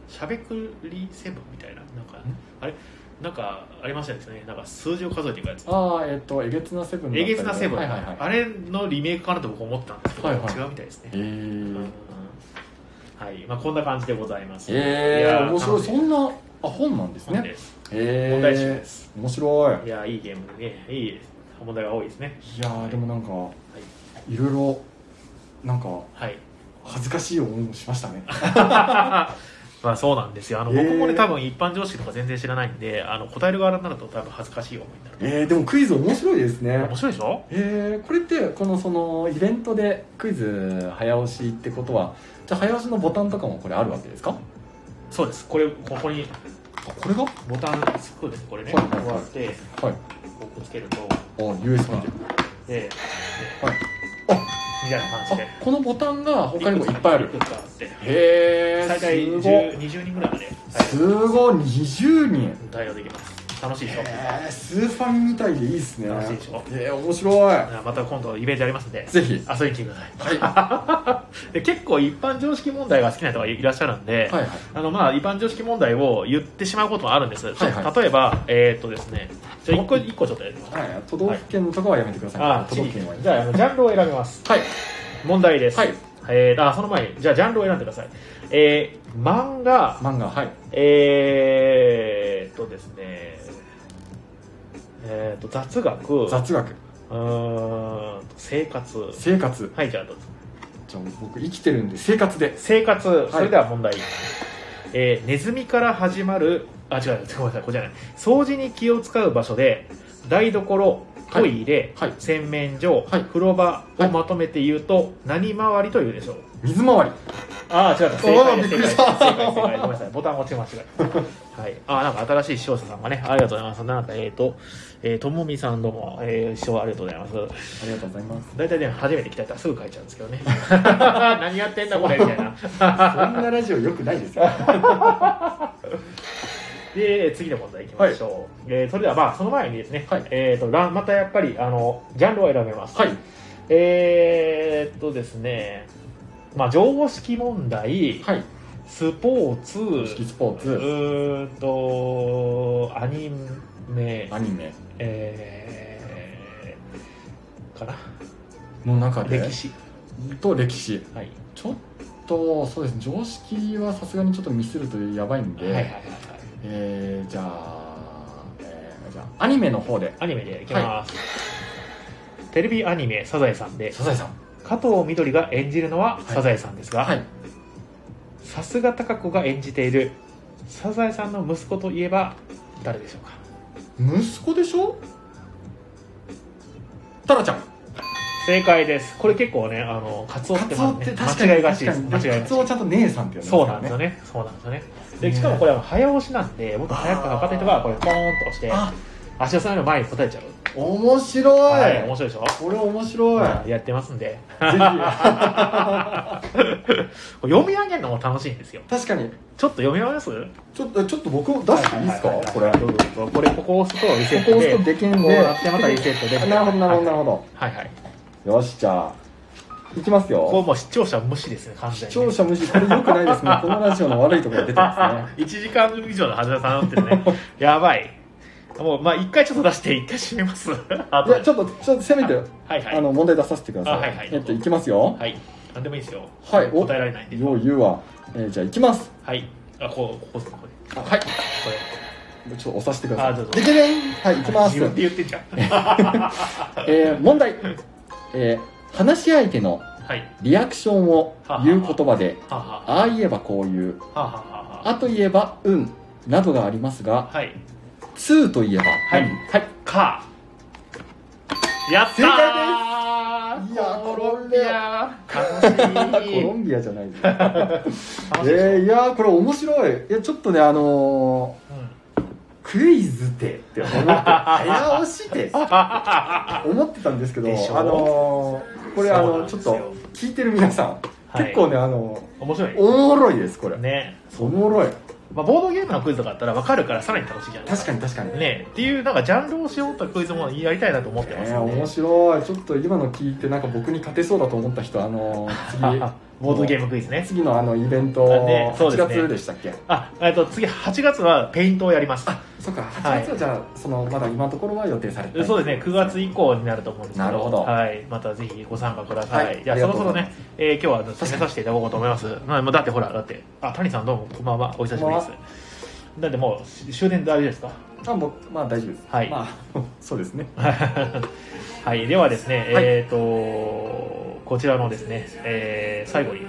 しゃべくりセブンみたいななんかんあれなんかありましたですねなんか数字を数えていくやつああえっ、とえげつなセブンだったえげりつなセブン、はいはいはいあれのリメイクかなと僕思ったんですけど、はいはい違うみたいですねえ、うんー、はいまあ、こんな感じでございますえー、面白いそそんなあ本なんですうなんねです、えー、問題集です面白いいやいいゲームでねいいです問題が多いですねいやーでもなんか、いい、ろいろなんかはい 恥ずかしい思いもしました ねまあそうなんですよあの、えー僕もね多分一般常識とか全然知らないんであの答える側になると多分恥ずかしい思いになるえー、でもクイズ面白いですね面白いでしょえー、これってこのそのイベントでクイズ早押しってことはじゃあ早押しのボタンとかもこれあるわけですかそうですこれここにあこれがはボタンそうですこれねこはいうやっていこうつけるとあ USB ででではいみたいな感じであこのボタンが他にもいっぱいあるくつかあってへえ最大す10 20人ぐらいまでごすごい20人対応できます楽しいでしょえー、スーファミみたいでいいですね楽しいでしょえー、面白じゃあまた今度イベントやりますんでいぜひ遊びに来てくださいはいはで結構一般常識問題が好きな人がいらっしゃるんで、いはいあのまあ一般常識問題を言ってしまうこともあるんです、はいはい例えばえーっとですねじゃあ1個一個ちょっとやりますはい都道府県とかはやめてください、あ都道府県はじゃああのジャンルを選びますはい問題です、はいえー、あその前にじゃあジャンルを選んでくださいえー、漫画漫画はいえー、っとですねえー、っと雑学雑学うーん生活生活はいじゃあどうぞじゃあ僕生きてるんで生活で生活それでは問題、えーネズミから始まるあ違うごめんなさいこれじゃない掃除に気を使う場所で台所トイレ、はいはい洗面所、はい風呂場はをいまとめて言うと、何回りというでしょう水回りああ違った正おー解ですびっくりし正た解です正解です正解ですごめんなさいボタン落ちましたはいあーなんか新しい視聴者さんがねありがとうございますなんかえっ、と、えー、ともみさんどうも、えー、視聴ありがとうございますありがとうござい ます大体ね初めて来た人はすぐ書いちゃうんですけどね何やってんだこれみたいなそんなラジオよくないですよ。はで次の問題いきましょう、えーそれではまあその前にですね、はいえー、とランまたやっぱりあのジャンルを選べます、い。えー、っとですねまあ常識問題はい。スポーツ式スポーうツ、ーんとアニメアニメ、えー、かなの中で歴史と歴史はいちょっとそうですね常識はさすがにちょっとミスるとやばいんはで、いはいはいはいえー、じゃあ、えー、じゃあアニメの方でアニメでいきます、テレビアニメ「サザエさん」でサザエさん加藤みどりが演じるのはサザエさんですが、はいさすが貴子が演じているサザエさんの息子といえば誰でしょうか息子でしょタラちゃん正解ですこれ結構ねあのカツオって,、カツオ間違いがちです確か間に違いカがツちオはちゃんと姉さんって呼んでそうまなんですすかよらねねそうなんですよねねでしかもこれは早押しなんでもっと早く分かった人がこれポーンと押してあ足尾さんの前に答えちゃう面白い、面白いでしょこれ面白い、はいやってますんでぜこれ読み上げるのも楽しいんですよひ確かにちょっと読み上げますちょっとちょっと僕も出していいですか、はははこれどうぞどうぞこれここ押すとリセッここト押ですとできんでこうなってまたリセットでなるほどなるほどなるほど、はいはいよしじゃあいきますこようもう視聴者無視ですね完全視に聴者無視これ良くない ですねこのラジオの悪いところが出てま1時間以上のはずさんって ねやばいもうまあ一回ちょっと出して一回閉めますあすねいやちょっとちょっとせめて、はいはいあの問題出させてください、あはいはいえっといきますよはいなんでもいいですよはいお答えられないんでよう言うわ、えーじゃあいきますはいあこうここここはいこちょっと押させてくだあどさういぞでけでんはいいれきます自分で言ってんじゃ んえー問題、えー話し相手のはいはリアクションを言う言葉であはあああ言えばこういうはあはあはあと言えばうんなどがありますあがはい通といえばい何はいかやったー正解ですいやコロンビア楽しコいロンビアじゃな いですか楽しい、えーいやーこれ面白いいやちょっとねあのうんークイズでって思って早押 しで思ってたんですけどでしょあのーこれあそうなのんちょでっすよと聞いてる皆さん、はい結構ねあの面白いおもろいですこれ、ね、おもろいまあ、ボードゲームのクイズとかあったら分かるからさらに楽しいじゃないです確かかに確かにねっていうなんかジャンルを絞ったクイズもやりたいなと思ってまえすー、んで面白いちょっと今の聞いてなんか僕に勝てそうだと思った人あのー次 ボードゲームクイズね次のあのイベント、あねそうで8すね月でしたっけあえっと次8月はペイントをやりますそっか8月はじゃあ、そのまだ今のところは予定されてないそうですね9月以降になると思うんですけどなるほどはい、またぜひご参加ください、はいじゃあありそろがとうそごろざいまね、えー今日は締めさせていただこうと思いますまあだってほらだってあ谷さんどうもこんばんはお久しぶりですこんだってもう終電大丈夫ですかあもうまあ大丈夫ですはいまあ そうですね はい、ではですね、はいえっ、と、こちらのですね、えー最後に、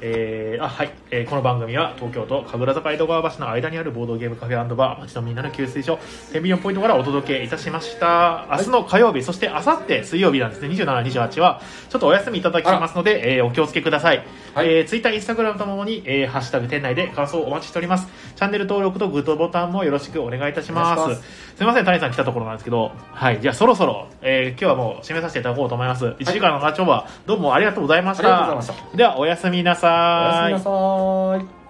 えーあはいえーこの番組は東京都神楽坂江戸川橋の間にあるボードゲームカフェバー町のみんなの給水所天秤4ポイントからお届けいたしました明日の火曜日、そして明後日水曜日なんですね2728はちょっとお休みいただきますので、えーお気をつけください、はいえー、ツイッター、インスタグラムともに、えーハッシュタグ店内で感想をお待ちしておりますチャンネル登録とグッドボタンもよろしくお願いいたしますお願いしますすみません、谷さん来たところなんですけど、はい、じゃあそろそろ、えー今日はもう締めさせていただこうと思います。1時間の長丁場、どうもありがとうございまあしりがとうございたま。したでは、おやすみなさおーやすみなさーい